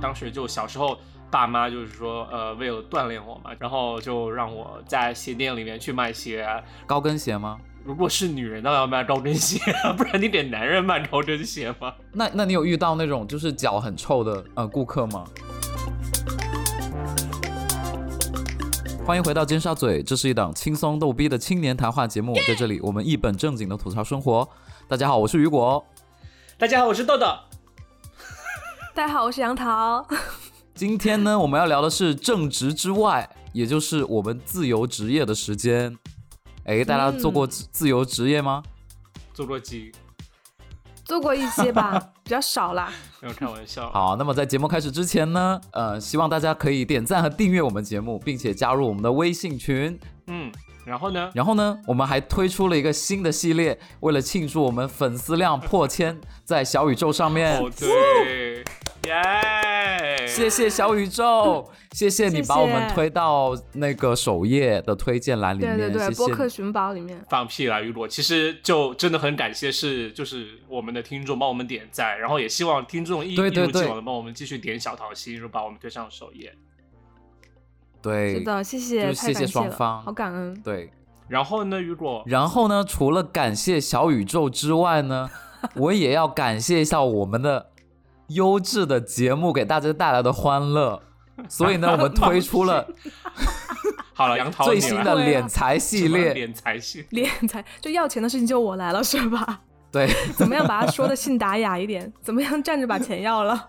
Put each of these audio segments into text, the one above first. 当时就小时候爸妈就是说，呃，为了锻炼我嘛，然后就让我在鞋店里面去卖鞋。高跟鞋吗？如果是女人，那要卖高跟鞋， 不然你给男人卖高跟鞋吗？那那你有遇到那种就是脚很臭的呃顾客吗？欢迎回到尖沙咀，这是一档轻松逗逼的青年谈话节目，在这里我们一本正经的吐槽生活。大家好，我是雨果。 大家好，我是豆豆。大家好，我是杨桃。 今天呢，我们要聊的是正职之外，也就是我们自由职业的时间。哎，大家做过自自由职业吗？做过鸡，做过一 些吧，比较少啦。没有开玩笑。好，那么在节目开始之前呢，呃，希望大家可以点赞和订阅我们节目，并且加入我们的微信群。嗯，然后 呢？然后呢，我们还推出了一个新的系列，为了庆祝我们粉丝量破千，在小宇宙上面，哦，对，耶！谢谢小宇 宙，谢谢你把我们推到那个首页的推荐栏里对面，对对，谢播客谢。寻宝里面，放屁啦，雨果！其实就真的很感谢是，就是我们的听众帮我们点赞，然后也希望听众一对对一如既对往的帮我们继续点小桃心，就把我们推上首页。是对的，谢就谢，是太谢谢感谢双了，方好感恩。对，然后呢，雨果，然后呢，除了感谢小宇宙之外 呢，我也要感谢一下我们的优质的节目给大家带来的欢乐。所以呢，我 们推出了好了，杨桃最你新来的对啊敛财系什么列，敛财 系，脸才就要钱的事情就我来了是吧？ 对，怎么样把它说的信达雅一点？ 怎么样站着把钱要了？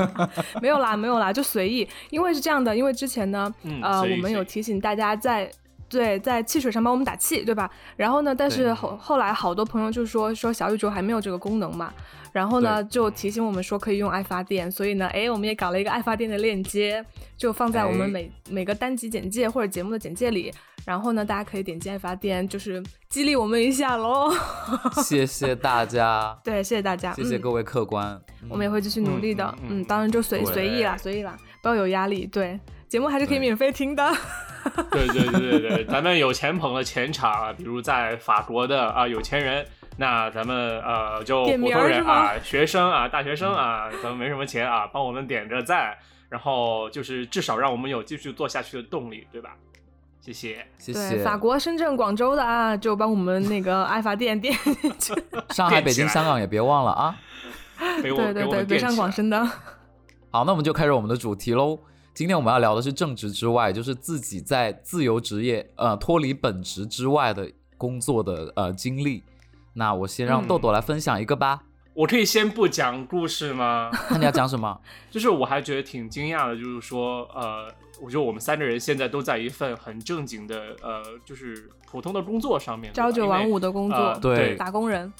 没有啦，没有啦，就随意。因为是这样的，因为之前呢，嗯，呃，所以我们有所以提醒大家在对在汽水上帮我们打气，对吧？然后呢，但对是后后来好多朋友就说说小宇宙还没有这个功能嘛，然后呢就提醒我们说可以用爱发电，所以呢，哎，我们也搞了一个爱发电的链接，就放在我哎们每、每个单集简介或者节目的简介里，然后呢，大家可以点击爱发电，就是激励我们一下喽。谢谢大家， 对，谢谢大家，谢谢嗯各位客官。我们也会继续努力的，嗯嗯嗯嗯，当然就随对随意啦，随意啦，不要有压力。对，节目还是可以对免费听的。 对对对对对，咱们有钱捧了钱场啊，比如在法国的啊、有钱人，那咱们呃就点普名通儿人是吗啊、学生啊、大学生啊，咱们没什么钱啊，帮我们点个赞，然后就是至少让我们有继续做下去的动力，对吧？谢谢。谢对，谢法国、深圳、广州的啊，就帮我们那个爱发电电，上海、电北起京、来香港也别忘了啊。 给我对给对我对，们北电啊上起广来。深的，好，那我们就开始我们的主题喽。今天我们要聊的是正职之外，就是自己在自由职业呃脱离本职之外的工作的呃经历。那我先让嗯豆豆来分享一个吧。我可以先不讲故事吗？那你要讲什么？ 就是我还觉得挺惊讶的，就是说，呃，我觉得我们三个人现在都在一份很正经的，呃，就是普通的工作上面，对吧朝九晚五的工因为呃作，对打工人，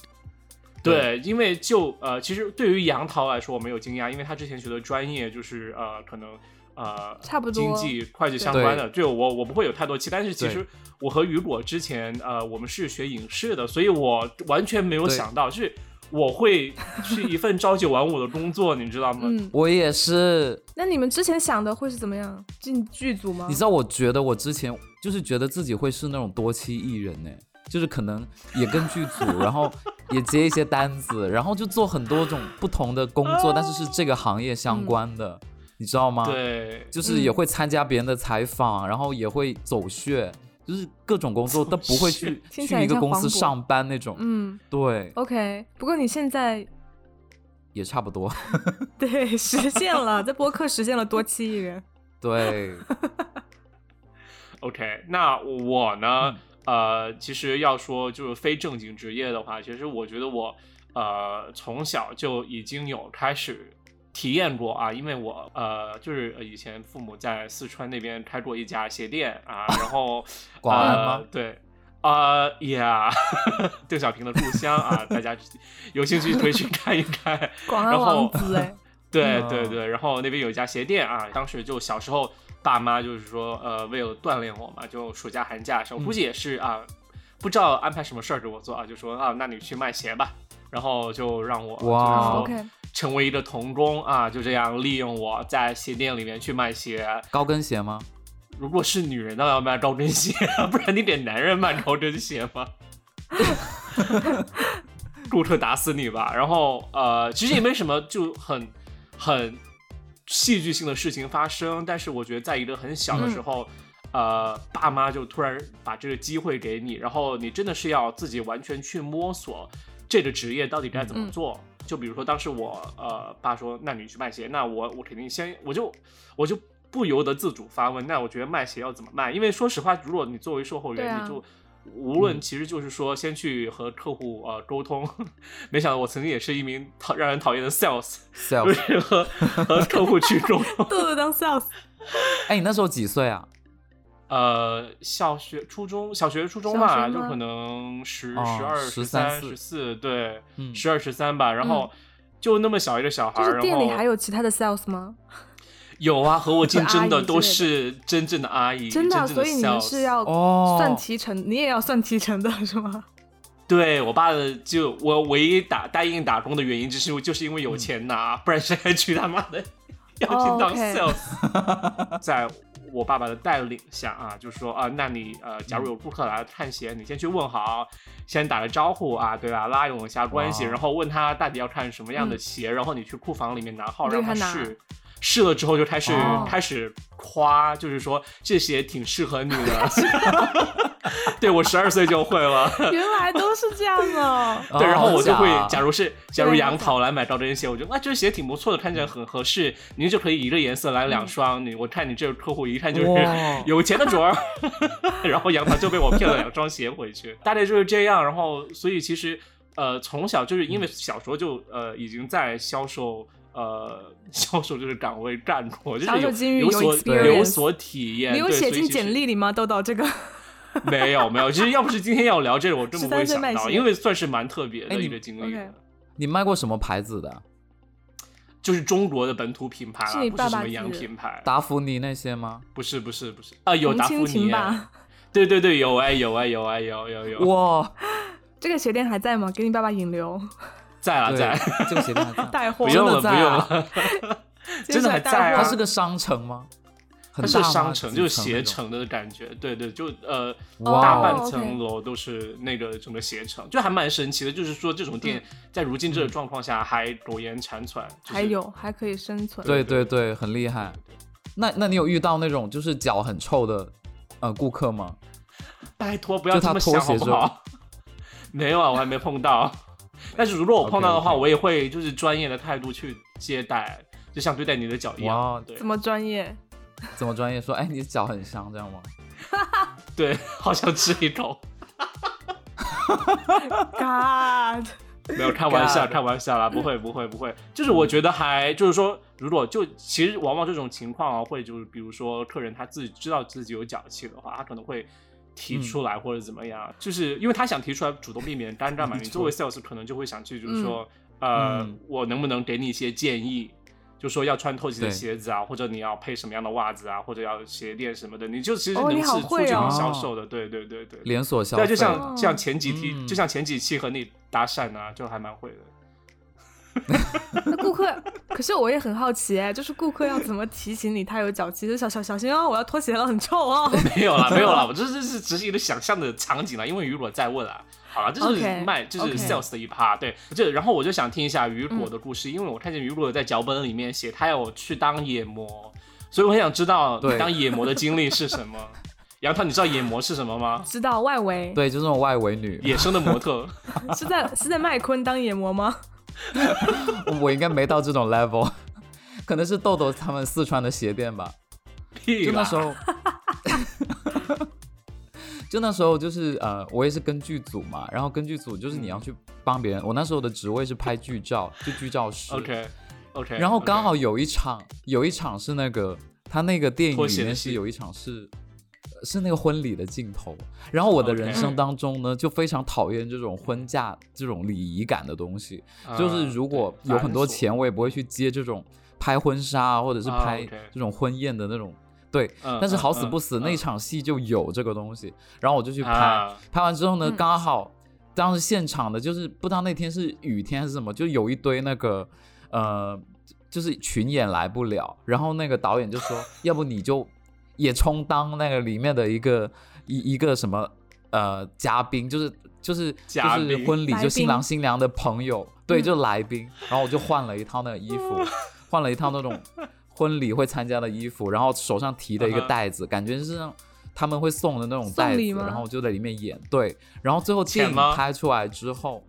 对，因为就呃，其实对于杨桃来说，我没有惊讶，因为他之前学的专业就是呃，可能呃，差不经多济、会计相对关的，对我我不会有太多期。但是其对实我和雨果之前呃，我们是学影视的，所以我完全没有对想到是我会是一份朝九晚五的工作，你知道吗？嗯。我也是，那你们之前想的会是怎么样？进剧组吗你？知道，我觉得我之前就是觉得自己会是那种多栖艺人呢、就是可能也跟剧组，然后也接一些单子，然后就做很多种不同的工作，但是是这个行业相关的，你知道吗？对，就是也嗯会参加别人的采访，然后也会走穴，就是各种工作都不会去听起来去一个像公司黄渤上班那种。嗯对， ，OK。不过你现在也差不多。 对实现了，在播客实现了多期艺人，对， OK，那我呢嗯？呃，其实要说就是非正经职业的话，其实我觉得我呃从小就已经有开始体验过啊，因为我呃就是以前父母在四川那边开过一家鞋店啊，然后 广安呃吗？对。啊呀， 邓小平的故乡啊，大家 有兴趣可以去看一看。广安然后王子哎，对嗯对对，然后那边有一家鞋店啊，当时就小时候爸妈就是说，呃，为了锻炼我嘛，就暑假寒假的时候，嗯估计也是啊，不知道安排什么事儿给我做啊，就说啊，那你去卖鞋吧，然后就让我哇就是哦说 OK 成为一个童工啊，就这样利用我在鞋店里面去卖鞋。高跟鞋吗？如果是女人，那要卖高跟鞋， 不然你给男人卖高跟鞋吗？ 顾客打死你吧！然后呃，其实也没什么，就很很戏剧性的事情发生，但是我觉得在一个很小的时候，呃，爸妈就突然把这个机会给你，然后你真的是要自己完全去摸索这个职业到底该怎么嗯做。就比如说当时我呃爸说，那你去卖鞋，那我我肯定先我就我就不由得自主发问，那我觉得卖鞋要怎么卖？因为说实话，如果你作为售后对员，啊你就。无论其实就是说，先去和客户呃沟通， 没想到我曾经也是一名讨让人讨厌的 sales，就 self，是和和客户去沟通。 豆豆当 sales，哎，你那时候几岁啊？呃，小学、初中、小学、初中小吧，学就吗可能十、哦十二、 13三、十四，对，嗯十二、十三吧。然后就那么小一个小孩就儿，是啊然店后里还有其他的 sales 吗？有啊，和我竞阿争的姨之都类的是真正的阿姨，真的的啊，，所以你们是。要哦算提成，你也要算提成的是吗？ 对我爸的，就我唯一打答应打工的原因，就是因为就是因为嗯有钱拿，不然谁还去他妈的要去哦当，OK sales？、在 我爸爸的带领下啊，就说啊，那你呃，假嗯如有顾客来看鞋，你先去问好，先打个招呼啊，对吧？拉拢一下关系，哇然后问他到底要看什么样的哦嗯鞋，然后你去库房里面拿号你就让给他他拿试。试了之后就开始、哦开始夸，就是说这鞋挺适合你 的。 对我十二岁就会了，原来都是这样哦。哦对，然后我就会，好假假啊如是假如对杨桃来买到这些鞋，我觉得啊，这鞋挺不错的，看起来很合适，您就可以一个颜色来嗯两双。你我看你这个客户一看就是哇有钱的主 儿，然后杨桃就被我骗了两双鞋回 去，大概就是这样。然后所以其实呃，从小就是嗯因为小时候就呃已经在销售。呃， 销售这个岗位干过，就销售是经有验有所 experience 有所体验。你有对所写以进其实简历里吗？豆豆这个没有没有，其实要不是今天要聊这个，我真不会13岁想卖到，鞋因为算是蛮特别的哎你一个经历的， OK 你卖过什么牌子的？就是中国的本土品牌是啦，你不爸是什爸么洋自己品牌，达芙妮那些吗？不是不是不是啊， 有红达芙蜻蜓妮，吧？对对对，有哎有哎有哎有有有，哇，这个鞋垫还在吗？给你爸爸引流在啦对在， 这个鞋店还在。带货啊不，用了真的在不用啊了， 真的还在啊它是个商城吗？它很大是吗商城，几就是层那携种。程的感觉，对对，就呃哇大半哦层，OK 楼都是那个整个携程，就还蛮神奇的，就是说这种店在如今这个状况下还苟延残喘，就是还有还可以生存。对对对，很厉害。那那你有遇到那种就是脚很臭的呃顾客吗？拜托不要就这他么拖想好鞋不之后好？ 没有啊，我还没碰到。但是如果我碰到的话 OK，OK 我也会就是专业的态度去接待，就像对待你的脚一哇样。对怎么专业？怎么专业说？哎，你脚很香这样吗？对，好想吃一口。 God，没有开玩笑， God 开玩笑啦，不会不会不会。就是我觉得还就是说，如果就其实往往这种情况啊，会就是比如说客人他自己知道自己有脚气的话，他可能会。提出来或者怎么嗯样，就是因为他想提出来，主动避免尴尬嘛。没你错作为 sales 可能就会想去，就是嗯说，呃，嗯我能不能给你一些建议，就说要穿透气的对鞋子啊，或者你要配什么样的袜子啊，或者要鞋垫什么的，你就其实哦能你是好促会进哦销售的。对对对对，连锁消对啊，费，就像像前几期，嗯就像前几期和你搭讪啊，就还蛮会的。那顾客，可是我也很好奇哎，就是顾客要怎么提醒你他有脚气？就小小小心哦，我要脱鞋了，很臭哦。 没有 啦，没有啦，我这这是只是一个想象的场景啦，因为雨果在问啊。好了，这是 OK，卖这 OK 是 sales 的一趴，对，这然后我就想听一下雨果的故嗯事，因为我看见雨果在脚本里面写他要去当野模，所以我很想知道你对当野模的经历是 什么。杨涛，你知道野模是什么吗？知道外围对，就是那种外围女。野生的模 特，是在是在麦昆当研磨吗？我应该没到这种 level，可 能是豆豆他们四川的鞋店吧。屁就那啦！时候， 就那时候就是呃，我也是跟剧组嘛，然后跟剧组嗯就是你要去帮别人。我那时候的职位是拍剧照，就剧照师。 OK OK，然后刚好有一场，有一场是那个他那个电影脱里鞋的面戏是有一场是呃是那个婚礼的镜头。然后我的 OK 人生当中呢，就非常讨厌这种婚嫁这种礼仪感的东西。啊嗯就是如果有很多钱，，我也不会去接这种拍婚纱啊，或者是啊拍 OK 这种婚宴的那种。对，嗯但嗯是好死不嗯死嗯那场戏就有这个东西，然后我就去拍啊，拍完之后呢，嗯刚好当时现场的就是不知道那天是雨天还是什么，就有一堆那个呃，就是群演来不了，然后那个导演就 说，要不你就也充当那个里面的一个一一个什么呃嘉宾，就是就是就嘉是宾婚礼来就新宾郎新娘的朋友，对，嗯就来宾，然后我就换了一套那个衣服，换了一套那种婚礼会参加的衣服，然后手上提的一个嗯哼袋子，感觉是那种他们会送的那种袋送子，礼吗然后我就在里面演。对，然后最后电钱影吗拍出来之后，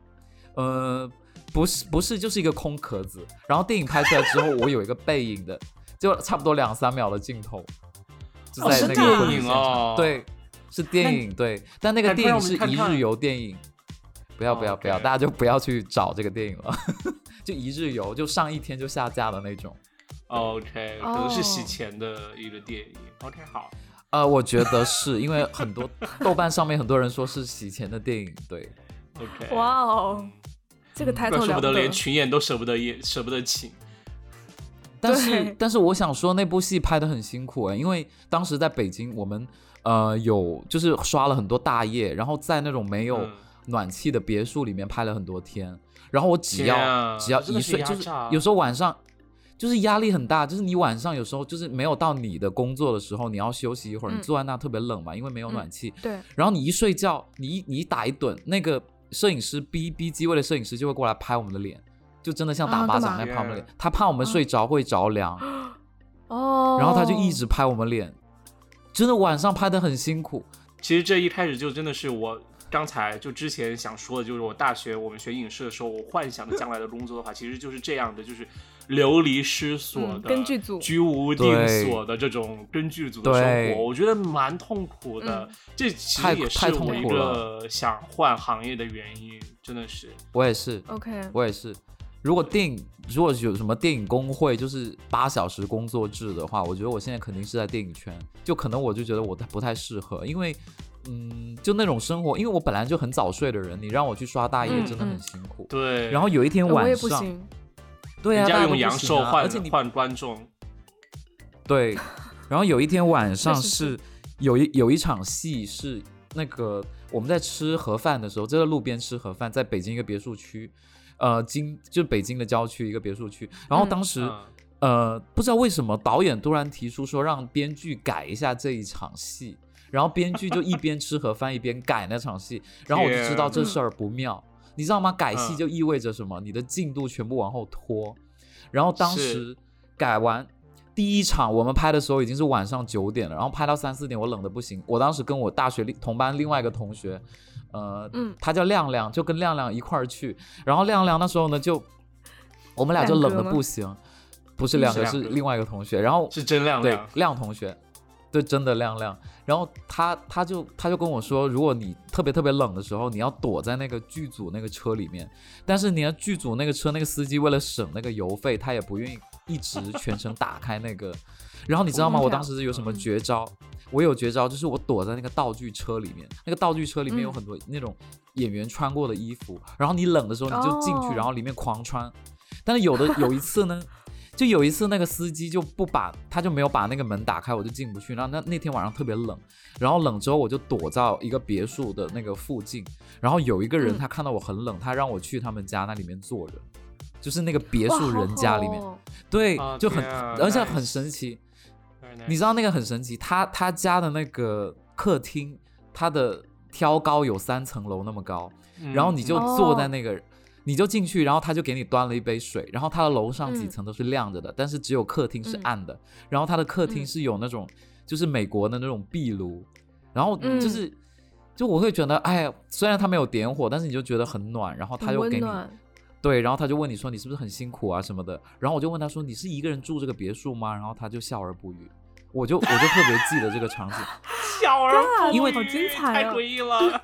呃，不是不是，就是一个空壳子。然后电影拍出来之后，我有一个背影的，就差不多两三秒的镜头，就哦在是那电个婚礼影现哦场。对，是电影，对，但那个那不电然我影们是看一看哦日游电影。不要不要不要， OK 大家就不要去找这个电影了， 就一日游，就上一天就下架的那种。 OK，可能是洗哦钱的一个电影。OK，好，呃，我觉得是因为很多 豆瓣上面很多人说是洗钱的电影，对， OK，哇哦，这个嗯怪 title 舍了不得得连群演都舍不得演，舍不得请。哎但是对但是我想说那部戏拍的很辛苦哎、因为当时在北京我们呃有就是刷了很多大夜，然后在那种没有嗯暖气的别墅里面拍了很多天，然后我只要、天啊只要真的一是睡，压就是榨啊有时候晚上。就是压力很大，就是你晚上有时候就是没有到你的工作的时候，你要休息一会儿，嗯你坐在那特别冷嘛，因为没有嗯暖气， 对，然后你一睡觉，你一你一打一盹，那个摄影师 B B 机位的摄影师就会过来拍我们的脸，就真的像打啊巴干掌嘛啊那样拍我们的脸天。他怕我们睡着会着凉，哦，然后他就一直拍我们脸，真的晚上拍的很辛苦。其实这一开始就真的是我刚才就之前想说的，就是我大学我们学影视的时候，我幻想的将来的工作的话，其实就是这样的，就是流离失所的、嗯跟剧组居无定所的这种跟剧组的生对活，我觉得蛮痛苦嗯的。这其太实也是太痛我一苦个想换行业的原因，真的是。我也是， OK，我也是。如果电影如果有什么电影工会就是八小时工作制的话，我觉得我现在肯定是在电影圈，就可能我就觉得我不太适合，因为嗯，就那种生活，因为我本来就很早睡的人，你让我去刷大夜嗯真的很嗯辛苦。对，然后有一天晚呃上，我也不行，对啊，人大家家都用不阳行寿啊换、而且你换观众，对，然后有一天晚上 确实是有一有一场戏是那个我们在吃盒饭的时候，就在路边吃盒饭，在北京一个别墅区，呃，京就是北京的郊区一个别墅区，然后嗯当时、嗯呃不知道为什么导演突然提出说让编剧改一下这一场戏，然后编剧就 一边吃盒饭一边改那场戏，然后我就知道这天事儿不妙，你知道吗？改戏嗯就意味着什么？你的进度全部往后拖。然后当是时改完第一场，我们拍的时候已经是晚上九点了，然后拍到三四点，我冷的不行。我当时跟我大学另同班另外一个同学，呃，嗯他叫亮亮，就跟亮亮一块儿去。然后亮亮那时候呢， 就我们俩就亮哥冷的吗不行，不是亮是哥，亮是哥另外一个同学。然后是真亮亮对，亮同学，对，真的亮亮。然后他他就他就跟我说，如果你特别特别冷的时候，你要躲在那个剧组那个车里面，但是你要剧组那个车那个司机为了省那个油费，他也不愿意一直全程打开那个。然后你知道吗？空调我当时有什么绝招？我有绝招，就是我躲在那个道具车里面，那个道具车里面有嗯很多那种演员穿过的衣服，然后你冷的时候你就进去，哦然后里面狂穿。但是 有的有一次呢，就有一次那个司机就不把，他就没有把那个门打开，我就进不去。然后那那天晚上特别冷，然后冷之后我就躲到一个别墅的那个附近，然后有一个人嗯他看到我很冷，他让我去他们家那里面坐着，就是那个别墅人家里面，哇好好哦对啊，就很天啊而且 nice 嗯很神奇， Very 你 nice 知道那个很神奇，他他家的那个客厅，他的挑高有三层楼那么高，然后嗯你就坐在哦那个，你就进去，然后他就给你端了一杯水，然后他的楼上几嗯层都是亮着的，但是只有客厅是嗯暗的，然后他的客厅嗯是有那种、就是美国的那种壁炉，然后嗯就是、就我会觉得，哎呀，虽然他没有点火，但是你就觉得很暖，然后他很又温给你暖，对，然后他就问你说你是不是很辛苦啊什么的，然后我就问他说你是一个人住这个别墅吗？然后他就笑而不语，我就我就特别记得这个场景，小而不语，啊因为好精彩嗯太啊诡异了。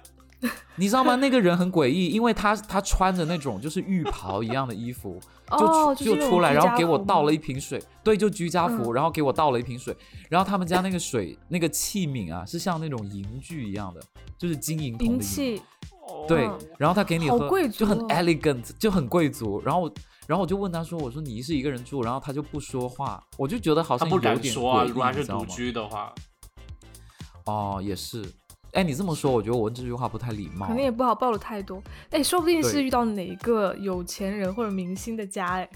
你知道吗？那个人很诡异，因为他他穿着那种就是浴袍一样的衣服，就出、哦，就是那种出来，居然后家给我服倒吗了一瓶水，对，就居家服，嗯然后给我倒了一瓶水，然后他们家那个水那个器皿啊是像那种银具一样的，就是金银铜银的银，器， 对哦嗯，然后他给你好喝，贵族就很哦 elegant，就很贵族。然后我，然后我就问他说：“我说你是一个人住？”然后他就不说话，我就觉得好他像不有点敢说啊，诡如果他异，你是知道独吗？居的话，哦，也是。哎，你这么说，我觉得我问这句话不太礼貌。可能也不好暴露太多。哎，说不定是对遇到哪一个有钱人或者明星的家，哎，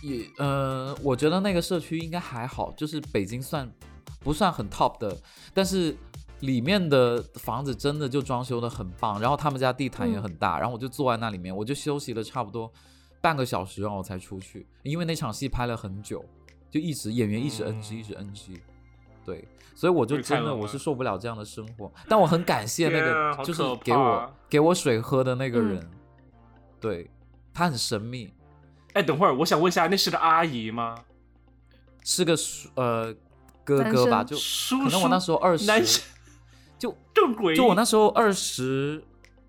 也呃，我觉得那个社区应该还好，就是北京算不算很 top 的，但是里面的房子真的就装修的很棒，然后他们家地毯也嗯很大，然后我就坐在那里面，我就休息了差不多半个小时，然后我才出去，因为那场戏拍了很久，就一直演员一直嗯 NG，、一直 NG。对，所以我就会太真的冷我了是受不了这样的生活，但我很感谢那天个啊好就是可给怕我啊给我水喝的那个嗯人，对他很神秘，哎，等会儿，我想问一下，那是个阿姨吗？是个叔呃哥男哥吧，生就叔可能我那叔时候二十男生， 就 更诡异。就我那时候二十，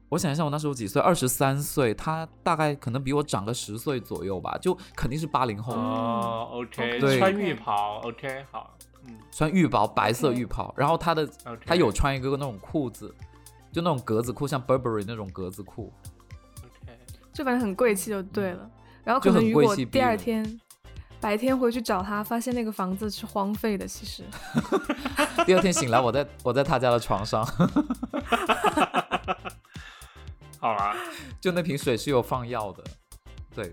我想一下，我那时候几岁？二十三岁，他大概可能比我长个十岁左右吧，就肯定是八零后，哦，OK，嗯对穿浴袍，OK，好，嗯穿浴袍，白色 OK 浴袍，然后他的，OK，他有穿一个那种裤子，就那种格子裤，像 Burberry 那种格子裤， ，OK，就反正很贵气就对了。然后就可能很雨贵果气逼第二人天白天回去找他，发现那个房子是荒废 的，其实第二天醒来，我在我在他家的床上，好啦，就那瓶水是有放药的，对。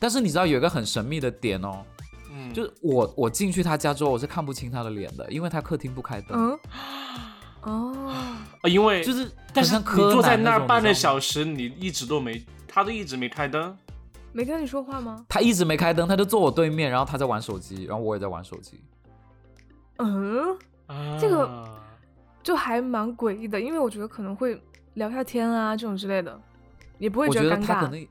但是你知道有一个很神秘的点哦，嗯，就是我我进去他家之后，我是看不清他的脸的，因为他客厅不开灯，嗯哦，啊因为就是但很是像你柯坐在南那那儿种半你知道个吗小时，你一直都没，他都一直没开灯。没跟你说话吗？他一直没开灯，他就坐我对面，然后他在玩手机，然后我也在玩手机。嗯，这个啊就还蛮诡异的，因为我觉得可能会聊下天啊这种之类的，也不会我觉得尴他可尬。能，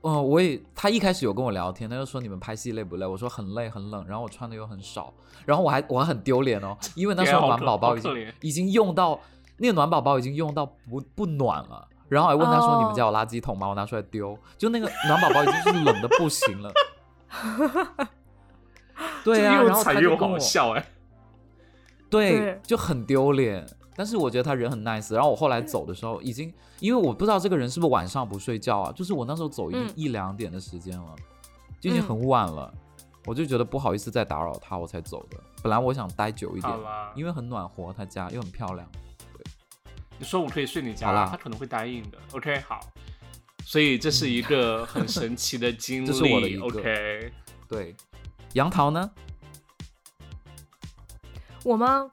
嗯、我也他一开始有跟我聊天，他就说你们拍戏累不累？我说很累很冷，然后我穿的又很少，然后我还我还很丢脸哦，因为那时天啊候好暖可宝宝好已可经怜已经用到那个暖宝宝已经用到不不暖了。然后还问他说：“哦你们家有垃圾桶吗？我拿出来丢。”就那个暖宝宝已经是冷的不 行了。对这啊，然又后他惨就又跟我好笑哎，对，对就很丢脸。但是我觉得他人很 nice。然后我后来走的时候，已经因为我不知道这个人是不是晚上不睡觉啊，就是我那时候走已经嗯一两点的时间了，就已经很晚了，我就觉得不好意思再打扰他，我才走的。本来我想待久一点好，啦，因为很暖和，他家又很漂亮。你说我可以睡你家好啦，他可能会答应的。OK，好，所以这是一个很神奇的 经历。这是我的一个 OK，对，杨桃呢？我吗？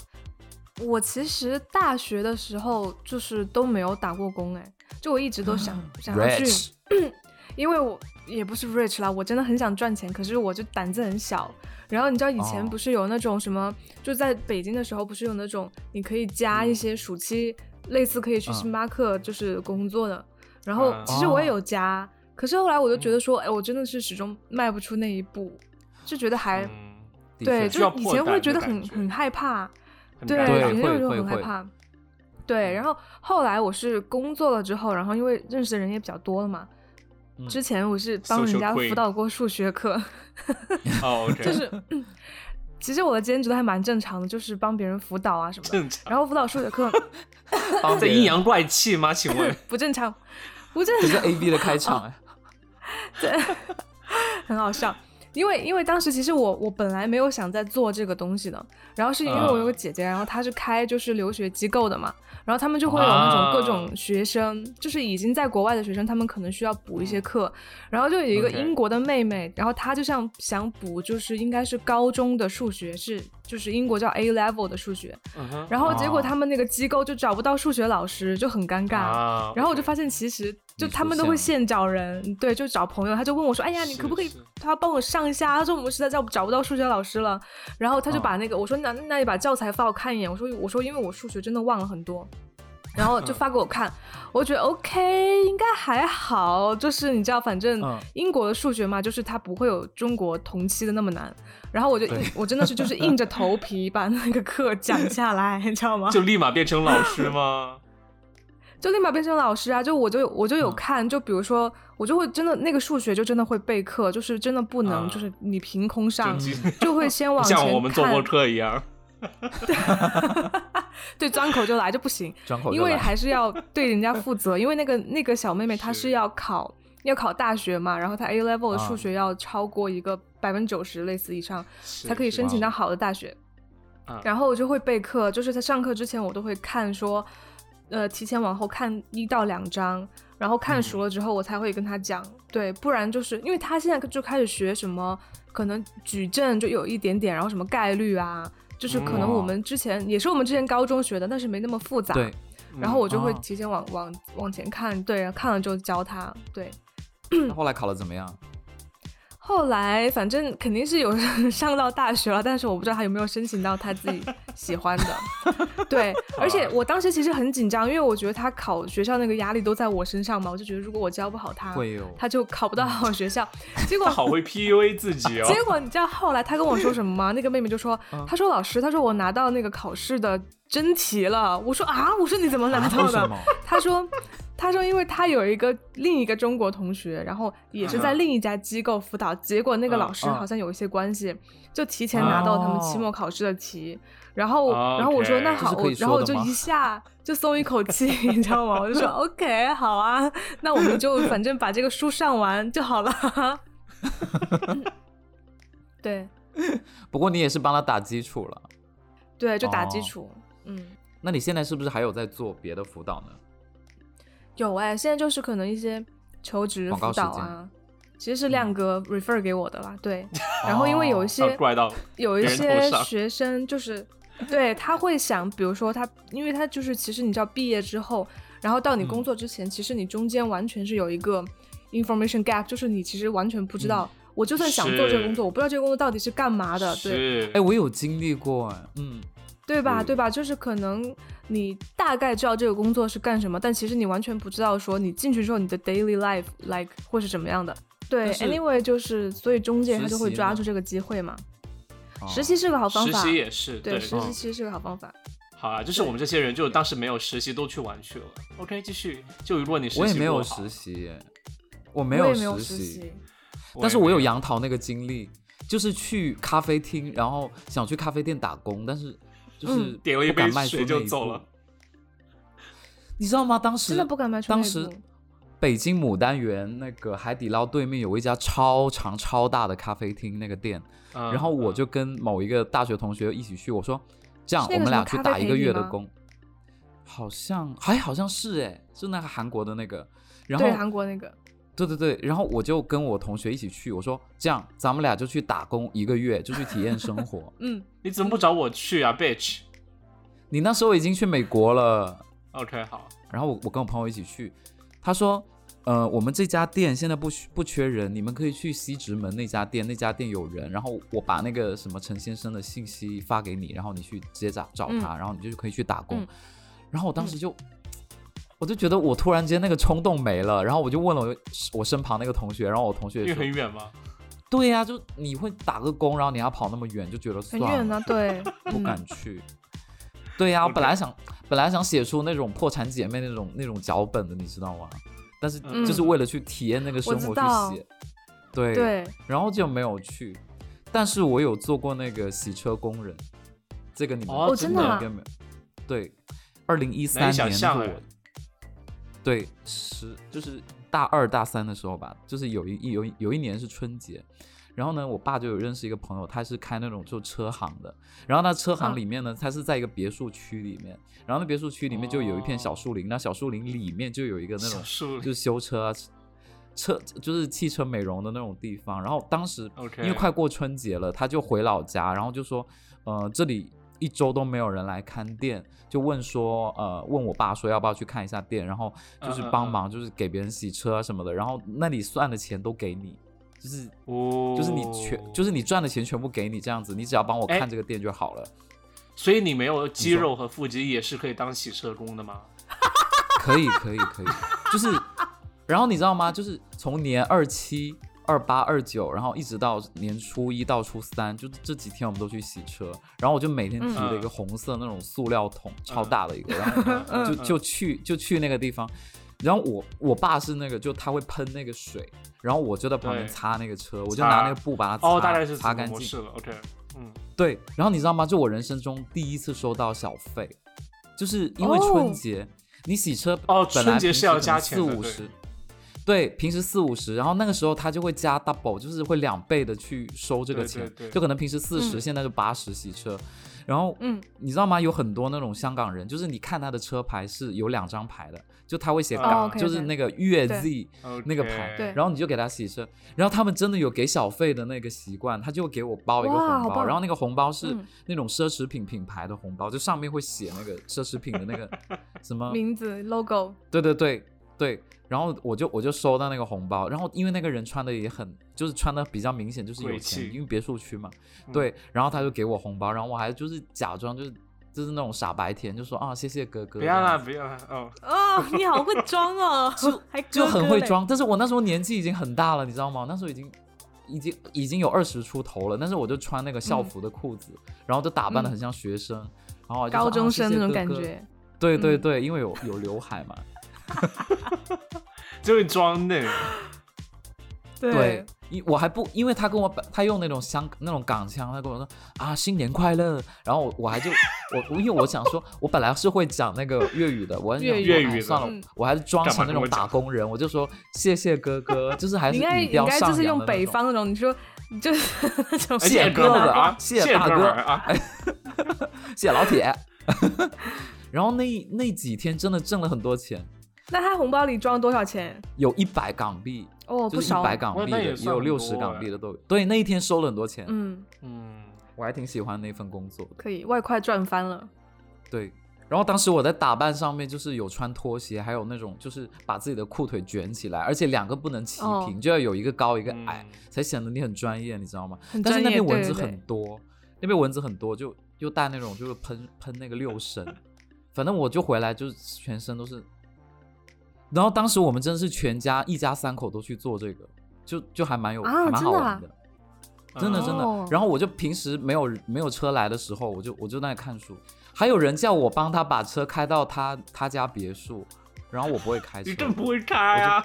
我其实大学的时候就是都没有打过工，哎，就我一直都想想要去嗯 Rich 因为我也不是 rich 啦，我真的很想赚钱，可是我就胆子很小。然后你知道以前哦不是有那种什么，就在北京的时候不是有那种你可以加一些暑期，类似可以去嗯星巴克就是工作的。然后嗯其实我也哦有加，可是后来我就觉得嗯说，哎，我真的是始终迈不出那一步，就觉得还、嗯，的确对，是就要是以破前会胆觉得的很感觉很害怕，很对，尴尬对以前会就会很害会怕。对，然后后来我是工作了之后，然后因为认识的人也比较多了嘛，嗯之前我是帮 Social 人家 queen 辅导过数学课， 哦，OK，就是嗯其实我的兼职都还蛮正常的，就是帮别人辅导啊什么的。正常。然后辅导数学课 帮在别阴人，阳怪气吗？请问不正常，不正这常 是 A B 的开场哎。很好笑。因为因为当时其实我我本来没有想在做这个东西的，然后是因为我嗯有个姐姐，然后她是开就是留学机构的嘛，然后他们就会有那种各啊种学生，就是已经在国外的学生，他们可能需要补一些课，然后就有一个嗯 OK 英国的妹妹，然后她就像想补就是应该是高中的数学，是就是英国叫 A level 的数学，嗯哼，然后结果哦他们那个机构就找不到数学老师，就很尴尬。啊，然后我就 OK 发现，其实就你他说们都像会现找人，对，就找朋友。他就问我说：“哎呀，你是可不可以是他帮我上一下？”他说：“我们实在找找不到数学老师了。”然后他就把那个、我说：“那那你把教材发我看一眼。”我说：“我说因为我数学真的忘了很多。”然后就发给我看，我觉得 OK，应该还好，就是你知道，反正嗯英国的数学嘛，就是它不会有中国同期的那么难。然后我就硬 我真的是就是硬着头皮把那个课讲下来，你知道吗？就立马变成老师 吗？就立马变成老师啊！就我就我就有嗯看，就比如说我就会真的那个数学就真的会备课，就是真的不能、啊就是你凭空上就，直就会先往前看，像我们做播客一样，对，张口就来就 不行，张哦口就因为来还是要对人家负责，因为那个那个小妹妹她是是要考要考大学嘛，然后她 A level 的啊数学要超过一个百分之九十类似以上，是才可以申请到好的大学。啊然后我就会备课，就是在上课之前我都会看说，呃，提前往后看一到两章，然后看嗯熟了之后我才会跟他讲。对，不然就是因为他现在就开始学什么，可能矩阵就有一点点，然后什么概率啊，就是可能嗯哦我们之前、也是我们之前高中学的，但是没那么复杂。对，嗯然后我就会哦提前往、往往前看，对，看了就教他。对，那后来考的怎么样？后来反正肯定是有 上到大学了，但是我不知道他有没有申请到他自己喜欢的。对，而且我当时其实很紧张，因为我觉得他考学校那个压力都在我身上嘛，我就觉得如果我教不好他，会有啊他就考不到好学校。结果他好会 PUA 自己哦。 结果你知道后来他跟我说什么吗？那个妹妹就说：“她说老师，她说我拿到那个考试的真题了。”我说：“啊，我说你怎么拿为到什的么？”她说：“她说因为她有一个另一个中国同学，然后也是在嗯另一家机构辅导，结果那个嗯老师嗯哦好像有一些关系，就提前拿到他们期末考试的题。”然后，然后我说 OK 那好，这是可我以然后说我的就吗一下就松一口气， 你知道吗？我就 说 OK，好啊，那我们就反正把这个书上完就好了。 对，不过你也是帮他打基础了。对，就打基哦础。嗯，那你现在是不是还有在做别的辅导呢？有哎、现在就是可能一些求职广告辅时导间啊，其实嗯是亮哥 refer 给我的啦。对，然后因为有一些、啊怪到有一别人头些上学生就是，对他会想，比如说他，因为他就是其实你知道毕业之后，然后到你工嗯作之前，其实你中间完全是有一个 information gap，就是你其实完全不知道，我就算想做这个工嗯是作，我不知道这个工作到底是干嘛的，啊对，是哎，我有经历过哎，嗯，对吧？嗯对吧？就是可能你大概知道这个工作是干什么，但其实你完全不知道说你进去之后你的 daily life like 会是怎么样的。对但是，anyway 就是，所以中介他实就会习抓呢住这个机会嘛。哦实习是个好方实法，习也是对，对，实习嗯其实是个好方法。好啊，就是我们这些人就当时没有实习都去玩去了。OK，继续。就如果你实习哦我也没有不好实，习哎，我我没也没有实实习，但是我也有没杨桃那个经历，就是去咖啡厅，然后想去咖啡店打工，但是就是嗯点了一不敢杯迈出水那就一走步了。你知道吗？当时真的不敢迈出那当一时步。北京牡丹园那个海底捞对面有一家超长超大的咖啡厅，那个店，嗯然后嗯我就跟某一个大学同学一起去，我说这样是我们那个什么俩去咖啡打一培个训月的吗工，好像还好像是哎，是那个韩国的那个，然后对韩国那个，。对对对，然后我就跟我同学一起去，我说这样咱们俩就去打工一个月，就去体验生活 嗯，你怎么不找我去啊，bitch？你那时候已经去美国了， OK，好，然后我我跟我朋友一起去，他说，呃，我们这家店现在不需不缺人，你们可以去西直门那家店，那家店有人。然后我把那个什么陈先生的信息发给你，然后你去直接找找他，然后你就可以去打工。嗯然后我当时就，我就觉得我突然间那个冲动没了，然后我就问了我我身旁那个同学，然后我同学因也为说很，远嘛。对呀、就你会打个工，然后你还跑那么远，就觉得很算了，远呢， 对，不嗯敢去。对呀、我 OK 本来想本来想写出那种破产姐妹那种那种脚本的，你知道吗？但是嗯就是为了去体验那个生我活知道去写，对，对，然后就没有去。但是我有做过那个洗车工人，这个你们哦真的啊应该没有。对，二零一难三以想年是象我哎，对，十就是大二大三的时候吧，就是有一有一有一年是春节，然后呢，我爸就有认识一个朋友，他是开那种就车行的，然后那车行嗯里面呢，他是在一个别墅区里面，然后那别墅区里面就有一片小哦树林，那小树林里面就有一个那啊小种树就是修车啊，车就是汽车美容的那种地方。然后当时 OK 因为快过春节了，他就回老家，然后就说，呃，这里一周都没有人来看店，就问说，呃，问我爸说要不要去看一下店，然后就是嗯嗯帮嗯忙，就是给别人洗车啊什么的，然后那里算的钱都给你，就是。哦，就是你全，就是你赚的钱全部给你这样子，你只要帮我哎看这个店就好了。所以你没有肌你说肉和腹肌也是可以当洗车工的吗？ 可以，可以，可以，就是，然后你知道吗？就是从年二七、二八、二九，然后一直到年初一到初三，就这几天我们都去洗车，然后我就每天提了一个红色那种塑料桶，超大的一个，然后嗯就就去就去那个地方，然后我我爸是那个，就他会喷那个水，然后我就在旁边对擦那个车，我就擦拿那个布把它擦、哦，大概是擦这个干模净式。了。OK，嗯，对，然后你知道吗？就我人生中第一次收到小费，就是因为哦春节、你洗车哦本来春节平是时要可能加钱四的五十，对，平时四五十，然后那个时候他就会加 double，就是会两倍的去收这个对钱，对对就可能平时四十、嗯现在就八十洗车，然后嗯你知道吗？有很多那种香港人，就是你看他的车牌是有两张牌的，就他会写哦港， ，OK，就是 OK 那个粤对 Z 那个牌 OK 对然后你就给他洗车，然后他们真的有给小费的那个习惯，他就会给我包一个哇红好包，棒然后那个红包是嗯那种奢侈品品牌的 红包，就上面会写那个奢侈品的那个什么，名字 logo，对对对，对，然后我就我就收到那个红包，然后因为那个人穿的也很，就是穿的比较明显，就是有贵钱气，因为别墅区嘛，嗯对，然后他就给我红包，然后我还就是假装就是就是那种傻白甜，就说啊谢谢哥哥，不要这啦，样子不要啦，哦，哦，你好会装哦， 还 哥就哥很会嘞。装，但是我那时候年纪已经很大了，你知道吗？那时候已经已经已经有二十出头了，但是我就穿那个校嗯服的裤子，然后就打扮的嗯很像学生，然后我就说高中啊谢生谢那种哥感哥觉，对对嗯对，因为有有刘海嘛，就是装 嫩，对，因我还不，因为他跟我他用那种香那种港腔，他跟我说啊新年快乐，然后我我还就我我因为我想说，我本来是会讲那个粤语的，我还想说粤语哎的算了，嗯我还是装成干嘛那跟种我讲打工人，我就说谢谢哥哥，就是还 你是应该语你应调该上就是扬用的那北种方那种，你说你就是那种哎谢谢哥哥们们儿儿啊，谢谢大哥哥哎们儿啊，谢谢老铁。 然后那那几天真的挣了很多钱，那他红包里装多少钱？有一百港币，哦，就不是一少。百港哇币那的，也也算有很六十多港哎币的都有。对，那一天收了很多钱，嗯，嗯，我还挺喜欢那份工作的。可以，外快赚翻了。对，然后当时我在打扮上面就是有穿拖鞋，还有那种就是把自己的裤腿卷起来，而且两个不能齐哦平，就要有一个高一个矮，嗯才显得你很专业，你知道吗？很但是专那业边蚊对子对很多，那边蚊子很多，就又带那种就是喷喷那个六神，反正我就回来就是全身都是。然后当时我们真的是全家一家三口都去做这个，就就还蛮有、啊还蛮真好的玩啊的，嗯真的真的。哦然后我就平时没有没有车来的时候，我就我就在那看书，还有人叫我帮他把车开到他他家别墅，然后我不会开车，你更不会开啊，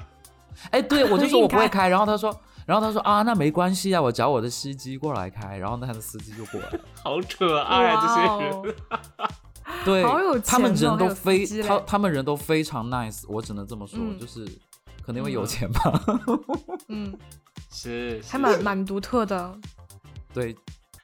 哎，对，我就说硬我不会开开，然后他说，然后他说啊，那没关系啊，我找我的司机过来开，然后那他的司机就过来了。好可爱啊，这些人，哇哦对，好有他们钱哦人还都有司非机他嘞他们人都非常 nice，我只能这么说，嗯就是可能因为有嗯钱吧。 嗯， 是，是还蛮蛮独特哦的。对，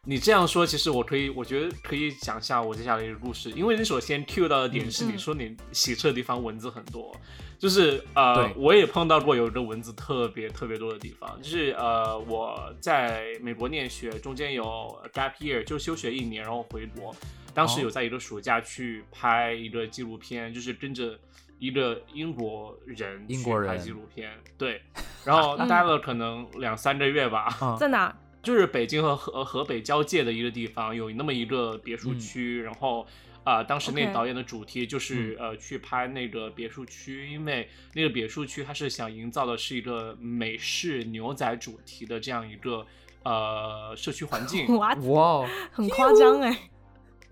你这样说，其实我可以，我觉得可以讲一下我接下来一个故事，因为你首先 cue 到的点是，嗯你说你洗车的地方蚊子很多，就是呃对，我也碰到过有一个蚊子特别特别多的地方，就是呃，我在美国念学，中间有呃 gap year，就休学一年，然后回国，当时哦有在一个暑假去拍一个纪录片，就是跟着一个英国人英去国拍人纪录片，对，然 后待了可能两三个月吧。啊，在哪？ 就是北京和河呃河北交界的一个地方，有那么一个别墅区，然后。啊、当时那 OK，导演的主题就是呃，去拍那个别墅区，因为那个别墅区它是想营造的是一个美式牛仔主题的这样一个呃社区环境 哇，哇哦，很夸张哎。